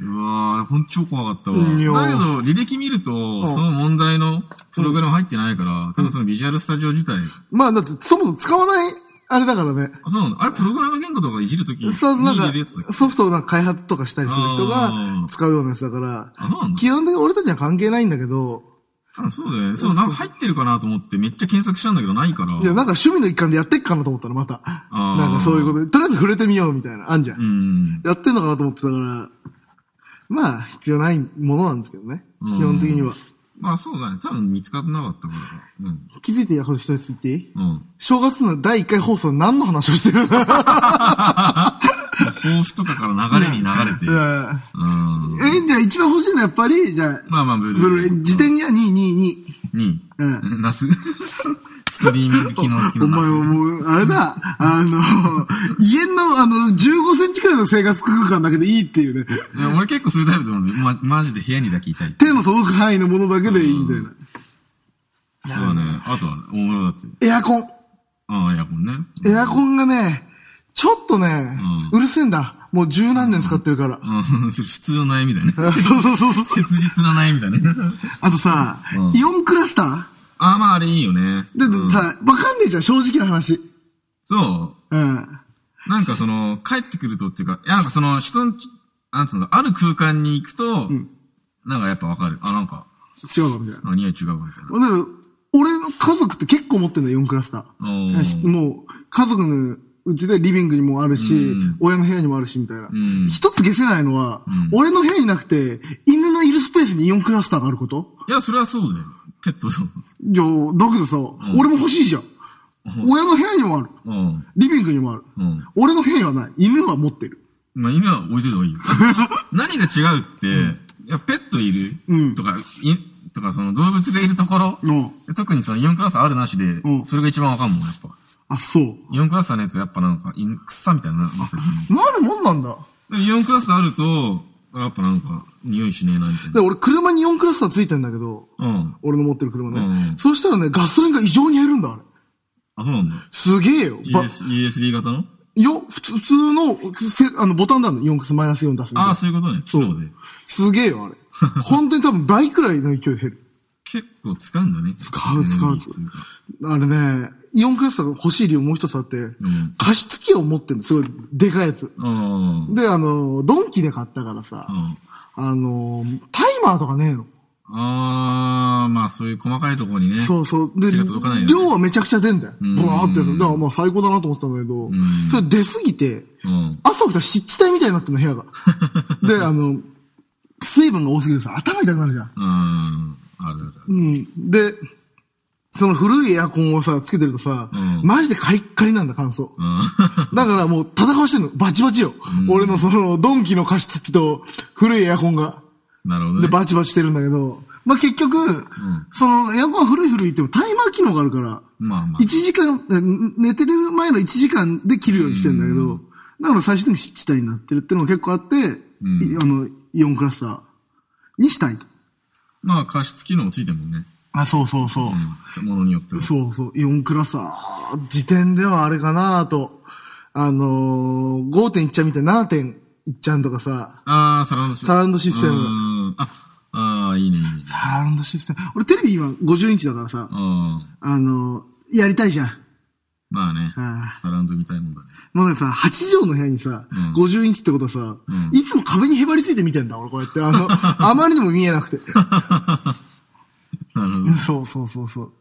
Speaker 2: うわぁ、ほんと超怖かったわ。だ
Speaker 1: うん
Speaker 2: け
Speaker 1: よ
Speaker 2: ど、
Speaker 1: ー
Speaker 2: 履歴見ると、その問題のプログラム入ってないから、多分そのビジュアルスタジオ自体、
Speaker 1: まあ、だって、そもそも使わない、あれだからね。
Speaker 2: あ、そうなんだ。あれ、プログラム言語とかいじるときに、
Speaker 1: そう、なん
Speaker 2: いいやつだ
Speaker 1: か、
Speaker 2: っけ
Speaker 1: ソフトをなんか開発とかしたりする人
Speaker 2: あ
Speaker 1: が
Speaker 2: ー
Speaker 1: 使うようなやつだから
Speaker 2: あ、そうなんだ。
Speaker 1: 基本的に俺たちには関係ないんだけど、
Speaker 2: 多分そうだよね。そう、なんか入ってるかなと思って、めっちゃ検索したんだけど、ないから。
Speaker 1: いや、なんか趣味の一環でやってっかなと思ったの、また。
Speaker 2: あー
Speaker 1: なんかそういうことで、とりあえず触れてみようみたいな、あんじゃん。
Speaker 2: うん。
Speaker 1: やってんのかなと思ってたから、まあ、必要ないものなんですけどね。
Speaker 2: うん
Speaker 1: 基本的には。
Speaker 2: まあ、そうだね。多分見つかってなかったから。うん。
Speaker 1: 気づいてやる人についていい
Speaker 2: うん。
Speaker 1: 正月の第1回放送何の話をして
Speaker 2: [LAUGHS]
Speaker 1: る
Speaker 2: 抱負とかから流れに流れて。
Speaker 1: い
Speaker 2: うん。
Speaker 1: やえ、じゃあ一番欲しいのはやっぱり、じゃあ、
Speaker 2: まあまあ、ブルー。
Speaker 1: ブルーレイ、自転には222。
Speaker 2: に、
Speaker 1: う
Speaker 2: ナス [LAUGHS] ストリーミング機能付き
Speaker 1: お
Speaker 2: のナ
Speaker 1: 前
Speaker 2: ス。
Speaker 1: はもう、あれだ、あの、家の、あの、15センチくらいの生活空間だけでいいっていうね。
Speaker 2: いや俺結構そういうタイプだもんね。ま、マジで部屋にだけいたい。
Speaker 1: 手の届く範囲のものだけでいいみたいな。
Speaker 2: そうだね。あとはね、おもろだって。
Speaker 1: エアコン。
Speaker 2: ああ、エアコンね。
Speaker 1: エアコンがね、ちょっとね、う
Speaker 2: う
Speaker 1: るせえんだ。もう十何年使ってるから。
Speaker 2: うん、 [LAUGHS] それ普通の悩みだね。
Speaker 1: [LAUGHS] そうそうそうそう。
Speaker 2: 切実な悩みだね。 [LAUGHS]
Speaker 1: あとさ、
Speaker 2: うん
Speaker 1: イオンクラスター
Speaker 2: ああ、まああれいいよね。
Speaker 1: だ
Speaker 2: うん
Speaker 1: ってさ、わかんねえじゃん、正直な話。
Speaker 2: そう。
Speaker 1: うん。
Speaker 2: なんかその、帰ってくるとっていうか、いやなんかその、人んち、なんつうの、ある空間に行くと、なんかやっぱわかる。あ、なんか、
Speaker 1: 違うのみたいな。
Speaker 2: なんか匂い違うわ、みたいな。
Speaker 1: だから俺の家族って結構持ってんだよ、イオンクラスタ
Speaker 2: お
Speaker 1: ー。
Speaker 2: ー
Speaker 1: もう、家族のうちでリビングにもあるし、
Speaker 2: うん
Speaker 1: 親の部屋にもあるし、みたいな。
Speaker 2: ん
Speaker 1: 一つ消せないのは、
Speaker 2: ん
Speaker 1: 俺の部屋になくて、犬のいるスペースにイオンクラスターがあること
Speaker 2: いや、それはそうだよ。ペットそう。
Speaker 1: いや、だけどさ、俺も欲しいじゃん。親の部屋にもある。
Speaker 2: うん。
Speaker 1: リビングにもある。
Speaker 2: うん。
Speaker 1: 俺の部屋にはない。犬は持ってる。
Speaker 2: まあ、犬は置いといた方がい
Speaker 1: [LAUGHS]
Speaker 2: いよ。何が違うって、いや、ペットいる、
Speaker 1: うん
Speaker 2: とか、い、とか、その動物がいるところ、
Speaker 1: うん
Speaker 2: 特にそのイオンクラスあるなしで、
Speaker 1: ん
Speaker 2: それが一番わかんもん、やっぱ。
Speaker 1: あ、そう。
Speaker 2: イオンクラスあるやつはやっぱなんか、イン草みたいにな、なってる
Speaker 1: なるもんなんだ。
Speaker 2: でイオンクラスあると、やっぱなんか、匂いしねえな、みたい
Speaker 1: で、
Speaker 2: な。
Speaker 1: 俺車にイオンクラスターついてんだけど、
Speaker 2: うん。
Speaker 1: 俺の持ってる車ね。
Speaker 2: うん
Speaker 1: そうしたらね、ガソリンが異常に減るんだ、あれ。
Speaker 2: あ、そうなんだ。
Speaker 1: すげえよ。ば
Speaker 2: US、USB 型の
Speaker 1: よ、普通普通の、せあの、ボタンなんだ、イオンクラスマイナス4出すみたい
Speaker 2: あ
Speaker 1: な
Speaker 2: あ、そういうことね。
Speaker 1: そう
Speaker 2: で。
Speaker 1: すげえよ、あ
Speaker 2: [LAUGHS]
Speaker 1: れ。本当に多分倍くらいの勢い減る。
Speaker 2: 結構使うんだね。
Speaker 1: 使う使う
Speaker 2: エネルギーっていか
Speaker 1: あれね、イオンクラスターが欲しい理由もう一つあって、
Speaker 2: ん
Speaker 1: 加湿器を持ってるの、すごい、でかいやつ。
Speaker 2: うん。
Speaker 1: で、あの、ドンキで買ったからさ、
Speaker 2: うん。
Speaker 1: あの、タイマーとかねえの。
Speaker 2: ああ、まあそういう細かいところにね。
Speaker 1: そうそう。で、
Speaker 2: 手が届かないよね
Speaker 1: 量はめちゃくちゃ出んだよ。
Speaker 2: ん
Speaker 1: ブワーってやつ。だからまあ最高だなと思ってたんだけど、
Speaker 2: ん
Speaker 1: それ出すぎて、
Speaker 2: うん。
Speaker 1: 朝起きたら湿地帯みたいになってんの、部
Speaker 2: [LAUGHS]
Speaker 1: 屋が。で、あの、水分が多すぎるとさ、頭痛くなるじゃん。
Speaker 2: うん。あるある。
Speaker 1: うん。で、その古いエアコンをさ、つけてるとさ、
Speaker 2: ん
Speaker 1: マジでカリッカリなんだ、乾燥。
Speaker 2: うん。 [LAUGHS]
Speaker 1: だからもう戦わしてんの。バチバチよ。俺のその、ドンキの加湿器と古いエアコンが。
Speaker 2: なるほど
Speaker 1: で、
Speaker 2: ね。
Speaker 1: バチバチしてるんだけど、まあ、結局、その、エアコンは古い古いってもタイマー機能があるから、
Speaker 2: まあまあ
Speaker 1: 1。時間、ん寝てる前の1時間で切るようにしてんだけど、だから最終的に湿地帯になってるってのが結構あって、いあの、イオンクラスターにしたいと。
Speaker 2: まあ加湿機能ついてるもんね。
Speaker 1: あ、そうそうそう。
Speaker 2: うん。ものによっては。
Speaker 1: そうそう、イオンクラスター、時点ではあれかなと、あのー、5.1ちゃんみたいな7.1ちゃんとかさ、
Speaker 2: ああ、サラウンドシステム。
Speaker 1: サラウンドシステム
Speaker 2: うん。あ、ああ、いいね、いいね。
Speaker 1: サラウンドシステム。俺テレビ今50インチだからさ
Speaker 2: う、ん。
Speaker 1: あのー、やりたいじゃん。
Speaker 2: まあね。
Speaker 1: あ
Speaker 2: サラウンドみたいもんだね。
Speaker 1: もうねさ、8畳の部屋にさ、
Speaker 2: ん
Speaker 1: 50インチってことはさ、
Speaker 2: ん
Speaker 1: いつも壁にへばりついて見てんだ、俺こうやって。あ
Speaker 2: [LAUGHS]
Speaker 1: の、あまりにも見えなくて。
Speaker 2: なるほど。
Speaker 1: そうそうそうそう。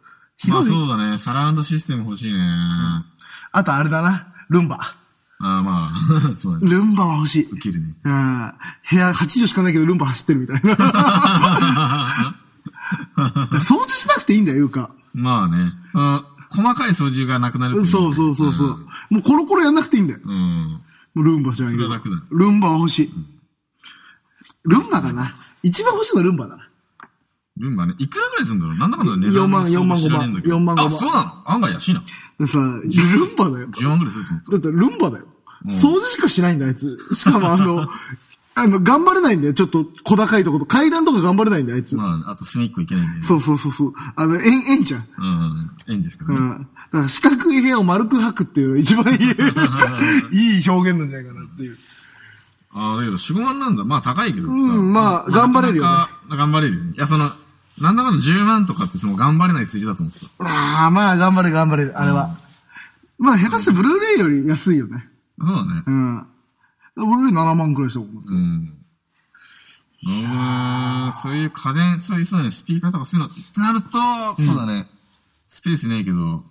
Speaker 2: まあ
Speaker 1: 広い。
Speaker 2: そうだね。サラウンドシステム欲しいね。あ
Speaker 1: あとあれだな、ルンバ。
Speaker 2: あ、まあ、 [LAUGHS] そうだね。
Speaker 1: ルンバは欲しい。
Speaker 2: ウケるね。
Speaker 1: うん部屋8畳しかないけどルンバ走ってるみたいな。
Speaker 2: [LAUGHS]
Speaker 1: 掃除しなくていいんだよ、いうか。
Speaker 2: まあね。その、細かい操縦がなくなるっていね
Speaker 1: そうそうそうそう。もうコロコロやんなくていいんだよ。
Speaker 2: うん。うん。
Speaker 1: もうルンバじゃん。
Speaker 2: それは楽だね
Speaker 1: ルンバは欲しい。ルンバかな。一番欲しいのはルンバだな。
Speaker 2: ルンバね。いくらぐらいするんだろうなんだかんだ値
Speaker 1: 4
Speaker 2: 段
Speaker 1: 万
Speaker 2: 相場知らねえんだけど
Speaker 1: 4万5万
Speaker 2: あ、そうなの案外安いな。
Speaker 1: でさ、ルンバだよ。
Speaker 2: 10万ぐらいすると思った。
Speaker 1: だってルンバだよ。掃除しかしないんだ、あいつ。しかもあ
Speaker 2: [LAUGHS]
Speaker 1: の、あの、頑張れないんだよ。ちょっと小高いとこと。階段とか頑張れないんだよ、あいつ。
Speaker 2: まあ、あと隅っこ行けないんでね。
Speaker 1: そうそうそうそう。あの、えん、えんちゃん。
Speaker 2: うん。いいんですけど
Speaker 1: う
Speaker 2: ね。
Speaker 1: ん。だから四角い部屋を丸く吐くっていうのが一番い
Speaker 2: [LAUGHS]
Speaker 1: い、いい表現なんじゃないかなっていう。
Speaker 2: ああ、だけど、4、5万なんだ。まあ、高いけどさ。
Speaker 1: うんまあ頑張れるよね
Speaker 2: なかなか頑張れるよね。いや、その、なんだかの10万とかって、その、頑張れない数字だと思ってた。
Speaker 1: ああ、まあ、頑張れ、頑張れ、あれは。まあ、下手してブルーレイより安いよね。
Speaker 2: そうだね
Speaker 1: う。ん。ブルーレイ7万くらいしたもん。
Speaker 2: うん。うん、そういう家電、そういう、そうだね、スピーカーとかそういうの、ってなると、そうだね、スペースねえけど、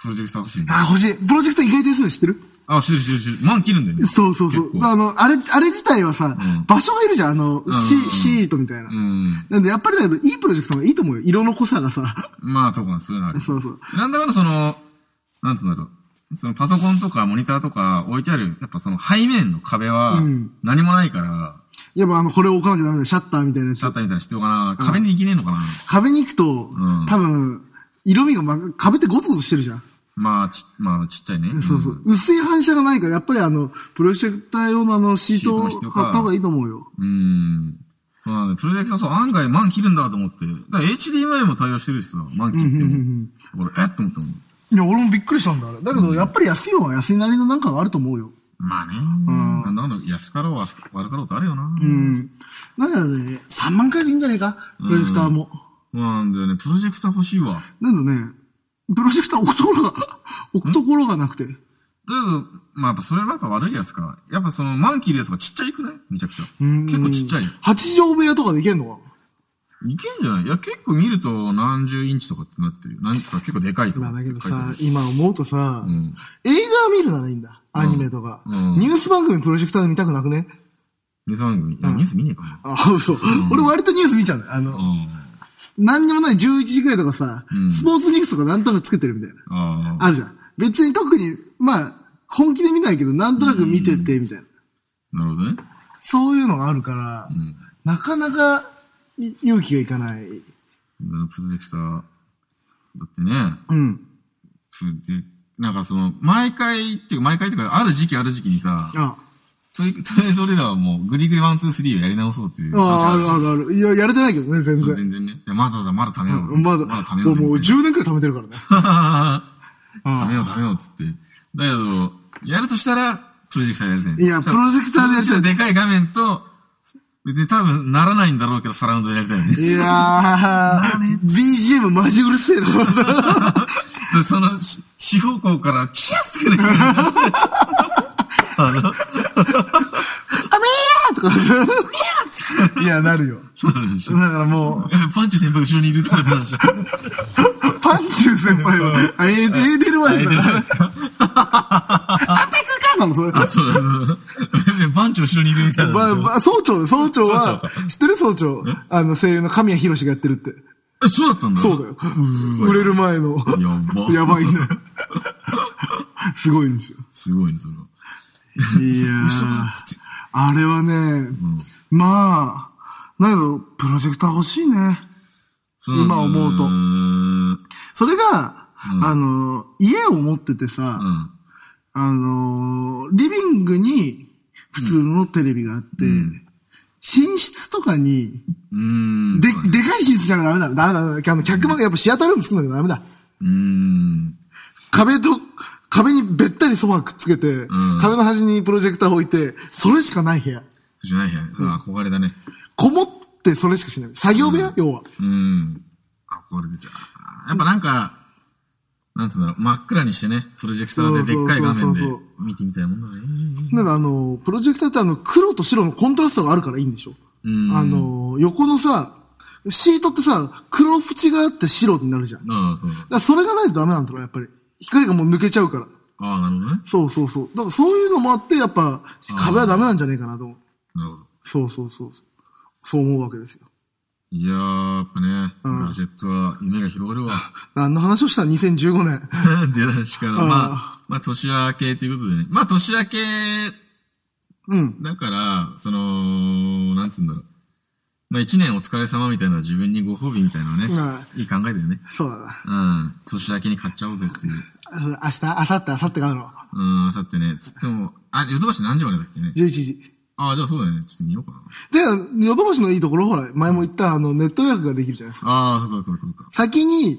Speaker 2: プロジェクト欲しいね。
Speaker 1: ああ、欲しい。プロジェクト意外と安いの知ってる
Speaker 2: あ、知る知る知る。万切るんだよね。
Speaker 1: そうそうそう
Speaker 2: 結。構
Speaker 1: あの、あれ、あれ自体はさ、
Speaker 2: ん
Speaker 1: 場所がいるじゃん、あの、シシートみたいな。
Speaker 2: うん。
Speaker 1: なんで、やっぱりだけど、いいプロジェクトの方がいいと思うよ。色の濃さがさ。
Speaker 2: まあ、とか、そういうのある。
Speaker 1: そうそう。
Speaker 2: なんだかんだその、なんつうんだろう。そのパソコンとかモニターとか置いてある、やっぱその背面の壁は
Speaker 1: ん、
Speaker 2: 何もないから、
Speaker 1: やっぱあの、これを置かなきゃダメだよ。シャッターみたいなやつ
Speaker 2: シャッ。ターみたいなのしておかな、壁に行けねえのかな。
Speaker 1: 壁に行くと、
Speaker 2: ん
Speaker 1: 多分、色味が、ま、壁ってゴツゴツしてるじゃん。
Speaker 2: まあ、ち、まあ、ちっちゃいね。
Speaker 1: そうそう。薄い反射がないから、やっぱりあの、プロジェクター用のあの、シートを買
Speaker 2: シート
Speaker 1: っ
Speaker 2: の必要か
Speaker 1: た方がいいと思うよ。
Speaker 2: うん。そうなんだよプロジェクターそう、案外万切るんだと思って。だから HDMI も対応してるしさ、万切っても。俺、えっと思ったもん。
Speaker 1: いや、俺もびっくりしたんだ、あれ。だけど、やっぱり安いのは安いなりのなんかがあると思うよ。
Speaker 2: まあね。なんだかんだ安かろうは悪かろうとあるよな。
Speaker 1: うん。なんだろうね、3万回でいいんじゃねえかプロジェクターも。
Speaker 2: そうなんだよね。プロジェクター欲しいわ。だ
Speaker 1: なんだね、プロジェクター置くところが、置くところがなくて。
Speaker 2: けど、まあやっぱそれはやっぱ悪いやつか。やっぱその万切るやつがちっちゃいくないめちゃくちゃ。結構ちっちゃい。い
Speaker 1: 8畳部屋とかでいけんのか
Speaker 2: けんじゃないいや、結構見ると何十インチとかってなってる。何とか結構でかいと
Speaker 1: ま
Speaker 2: か
Speaker 1: あ
Speaker 2: っ
Speaker 1: だ
Speaker 2: て
Speaker 1: け
Speaker 2: 書い
Speaker 1: ど
Speaker 2: てあ
Speaker 1: さ
Speaker 2: る。、
Speaker 1: 今思うとさ、
Speaker 2: ん
Speaker 1: 映画見るならいいんだ。アニメとか。
Speaker 2: うん
Speaker 1: ニュース番組プロジェクターで見たくなくね
Speaker 2: ニュース番組。いや、ニュース見ねえかな。
Speaker 1: あ、嘘。俺割とニュース見ちゃうんだよ。あの、
Speaker 2: あ
Speaker 1: 何にもない11時くらいとかさ、
Speaker 2: うん
Speaker 1: スポーツニュースとかなんとなくつけてるみたいな。
Speaker 2: あ。ああ。
Speaker 1: あるじゃん。別に特に、まあ、本気で見ないけど、なんとなく見てて、みたいな。
Speaker 2: なるほどね。
Speaker 1: そういうのがあるから、
Speaker 2: うん。
Speaker 1: なかなかい勇気がいかない。
Speaker 2: プロジェクター。だってね、
Speaker 1: うん。
Speaker 2: プロジェなんかその、毎回っていうか、毎回っていうか、ある時期ある時期にさ、
Speaker 1: あ
Speaker 2: とり [LAUGHS] とりあえず俺らはもう、グリグリワンツースリーをやり直そうっていう
Speaker 1: あ、ああ
Speaker 2: 話
Speaker 1: る
Speaker 2: があ
Speaker 1: あるある。いや、やれてないけどね、全
Speaker 2: る。
Speaker 1: 然。
Speaker 2: 全然ね。いやまだまだ、まだ貯めよう。
Speaker 1: まだ、
Speaker 2: まだ貯めよ
Speaker 1: もう
Speaker 2: うぜ。
Speaker 1: もう
Speaker 2: みたい
Speaker 1: 10年くらい貯めてるからね。
Speaker 2: な貯め
Speaker 1: あ
Speaker 2: よう、貯めようっつって。だけど、やるとしたら、プロジェクターでやりたいね。
Speaker 1: いやプロジェクターでやりたい
Speaker 2: プロジェクターでかい画面と、別に多分ならないんだろうけど、サラウンドでやりたいよね
Speaker 1: あ。いやー、BGM マジうるせえな。 [LAUGHS]
Speaker 2: でその、し四方向から、チアスってくれる。
Speaker 1: とか。いや、なるよ。
Speaker 2: そうなんでし
Speaker 1: だ
Speaker 2: ょ
Speaker 1: からも
Speaker 2: パンチ先輩後ろにいるってことなんでしょ
Speaker 1: う、パンチュー先輩は、あエーデエーデルワイスだから。アタックかなのそれ。
Speaker 2: そうそう。パンチ後ろにいるみたいな。
Speaker 1: ば、ば、総長、総長は
Speaker 2: 総、
Speaker 1: 知ってる総長。あの、声優の神谷博士がやってるって。
Speaker 2: えそうだったんだ。
Speaker 1: そうだよ。
Speaker 2: わ
Speaker 1: 売れる前の。
Speaker 2: やば
Speaker 1: やばいね。すごいんですよ。
Speaker 2: すごいね、それは。
Speaker 1: いやあれはね、まあ、だけど、プロジェクター欲しいね。今思うと
Speaker 2: ーん。うん。
Speaker 1: それが、あの、家を持っててさ、あのーリビングに普通のテレビがあって、寝室とかに、
Speaker 2: うーん。
Speaker 1: で、で
Speaker 2: そう
Speaker 1: か
Speaker 2: だね
Speaker 1: い寝室じゃダメだ。ダメだ。ダメだあの、客間がやっぱシアタールーム作んなきゃダメだ。
Speaker 2: うーん。
Speaker 1: 壁と、壁にべったりソファーくっつけて、
Speaker 2: ん
Speaker 1: 壁の端にプロジェクター置いて、それしかない部屋。
Speaker 2: じゃないや。そう憧れだね。
Speaker 1: こもってそれしかしない。作業部屋、要は。
Speaker 2: うん。憧れですよ。やっぱなんか、なんつうんだろう、真っ暗にしてね、プロジェクターででっかい画面で
Speaker 1: そうそうそう
Speaker 2: 見てみたいもんだね。
Speaker 1: なんかあの、プロジェクターってあの、黒と白のコントラストがあるからいいんでしょ
Speaker 2: うん
Speaker 1: あの、横のさ、シートってさ、黒縁があって白になるじゃん。だか
Speaker 2: ああ、そうだ。
Speaker 1: らそれがないとダメなんだろう、やっぱり。光がもう抜けちゃうから。
Speaker 2: ああ、なるほどね。
Speaker 1: そうそうそう。だからそういうのもあって、やっぱ、壁はダメなんじゃねえかなと思う。
Speaker 2: なるほど。
Speaker 1: そうそうそう。そう思うわけですよ。
Speaker 2: いやー、やっぱね、ガジェットは夢が広が
Speaker 1: [LAUGHS]
Speaker 2: るわ。
Speaker 1: 何の話をした ?2015 年。
Speaker 2: 出だしから、
Speaker 1: あー
Speaker 2: まあ、まあ年明けということでね。まあ年明け、
Speaker 1: うん。
Speaker 2: だから、その、なんつうんだろう。まあ一年お疲れ様みたいな自分にご褒美みたいなのね。いい考えだよね。
Speaker 1: そうだな。
Speaker 2: うん。年明けに買っちゃおうぜっていう。
Speaker 1: あの明日、明後日、明後日があるの。
Speaker 2: うん、さてね、つっても、あ、ヨドバシ何時までだっけね。
Speaker 1: 11時。
Speaker 2: あ、じゃあそうだよね。ちょっと見ようかな。
Speaker 1: で、ヨドバシのいいところ、ほら、前も言った、あの、ネット予約ができるじゃないですか。
Speaker 2: ああ、そうか、そうか、そうか。
Speaker 1: 先に、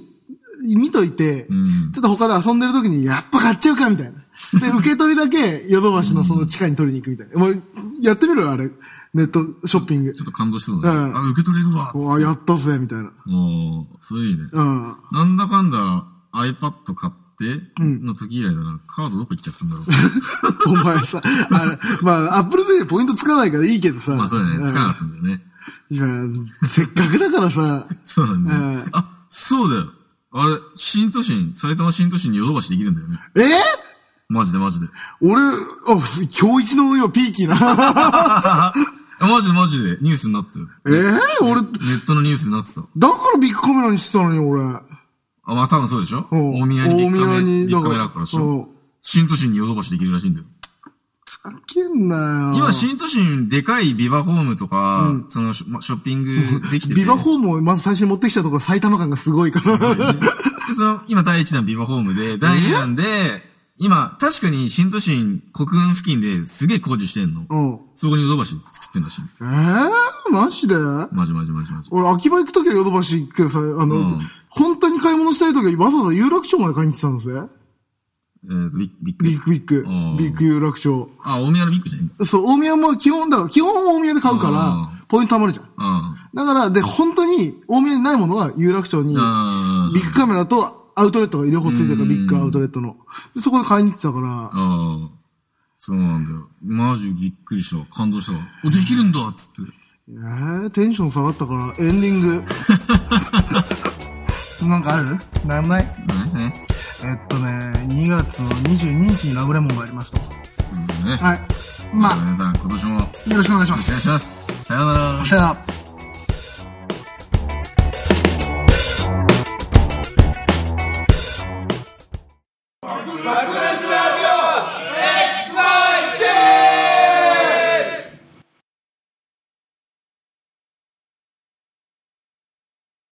Speaker 1: 見といて、
Speaker 2: ん
Speaker 1: ちょっと他で遊んでる時に、やっぱ買っちゃうか、みたいな。で、受け取りだけ、ヨドバシのその地下に取りに行くみたいな。もう、やってみろよ、あれ。ネットショッピング
Speaker 2: ちょ。っと感動してたね。
Speaker 1: うん
Speaker 2: あ、受け取れるわ。
Speaker 1: あ、やったぜ、みたいな。
Speaker 2: もう、それいいね。
Speaker 1: うん。
Speaker 2: なんだかんだ iPad 買っての時以来だな。カードどこ行っちゃったんだろう。
Speaker 1: [LAUGHS] お前さ、あれ、まあ、アップル税ポイントつかないからいいけどさ。
Speaker 2: まあそうだね。つかなかったんだよね。
Speaker 1: うん今せっかくだからさ、
Speaker 2: そうなんだ
Speaker 1: う
Speaker 2: よ
Speaker 1: ん。
Speaker 2: あ、そうだよ。あれ、新都心、埼玉新都心にヨドバシできるんだよね。
Speaker 1: えー
Speaker 2: マジでマジで。
Speaker 1: 俺、あ、す今日一のよ、ピーキーな。
Speaker 2: あマジでマジでニュースになってる。
Speaker 1: [LAUGHS] えー俺、
Speaker 2: ネットのニュースになってた。
Speaker 1: だからビッグカメラにしてたのに、俺。
Speaker 2: あ、まあ多分そうでしょ
Speaker 1: うん
Speaker 2: 大宮にビッグカメラ、
Speaker 1: 大宮に
Speaker 2: ビッグカメラあるからでし
Speaker 1: う
Speaker 2: ょ
Speaker 1: ん
Speaker 2: 新都心にヨドバシできるらしいんだよ。
Speaker 1: ふざけんなよ。
Speaker 2: 今、新都心、でかいビバホームとか、そのショ、まショッピングできてて。
Speaker 1: ビバホームをまず最初に持ってきたところ埼玉感がすごいから。
Speaker 2: でその、今第1弾ビバホームで、第2弾で、今、確かに新都心国軍付近ですげえ工事してんの。
Speaker 1: [LAUGHS] うん。
Speaker 2: そこにヨドバシ作ってんだしい。
Speaker 1: えー、マジで
Speaker 2: マジマジマジマジ。
Speaker 1: 俺、秋葉行くときはヨドバシ行くけどさ、あの、
Speaker 2: うん
Speaker 1: 本当に買い物したいときはわざわざ有楽町まで買いに行ってたんですね。
Speaker 2: えっと、ビッビッグ
Speaker 1: ビッグビッグ
Speaker 2: うん。
Speaker 1: ビッグ有楽町。
Speaker 2: あ、大宮のビッグじゃないんだ。
Speaker 1: そう、大宮も基本だから、基本は大宮で買うか
Speaker 2: う
Speaker 1: ら、ポイント貯まるじゃん。だから、で、本当に、大宮にないものは有楽町に、
Speaker 2: うん。
Speaker 1: ビッグカメラとアウトレットが両方ついてるから、ビッグアウトレットの。でそこで買いに行ってたから、
Speaker 2: ああ。そうなんだよ。マジびっくりしたわ。感動したわ。お、できるんだっつって。
Speaker 1: えー、テンション下がったから、エンディング。 [LAUGHS] なんかあるなんない
Speaker 2: ないですね。
Speaker 1: えっとね、2月の22日にラブレモンがありました。
Speaker 2: ということでね。
Speaker 1: はい。まあ、
Speaker 2: 皆さん、今年もよろし
Speaker 1: よろしくお願いしま
Speaker 2: くお願い
Speaker 1: す。
Speaker 2: します。さようなら。
Speaker 1: さよなら。
Speaker 4: 爆裂ラジオ X ジ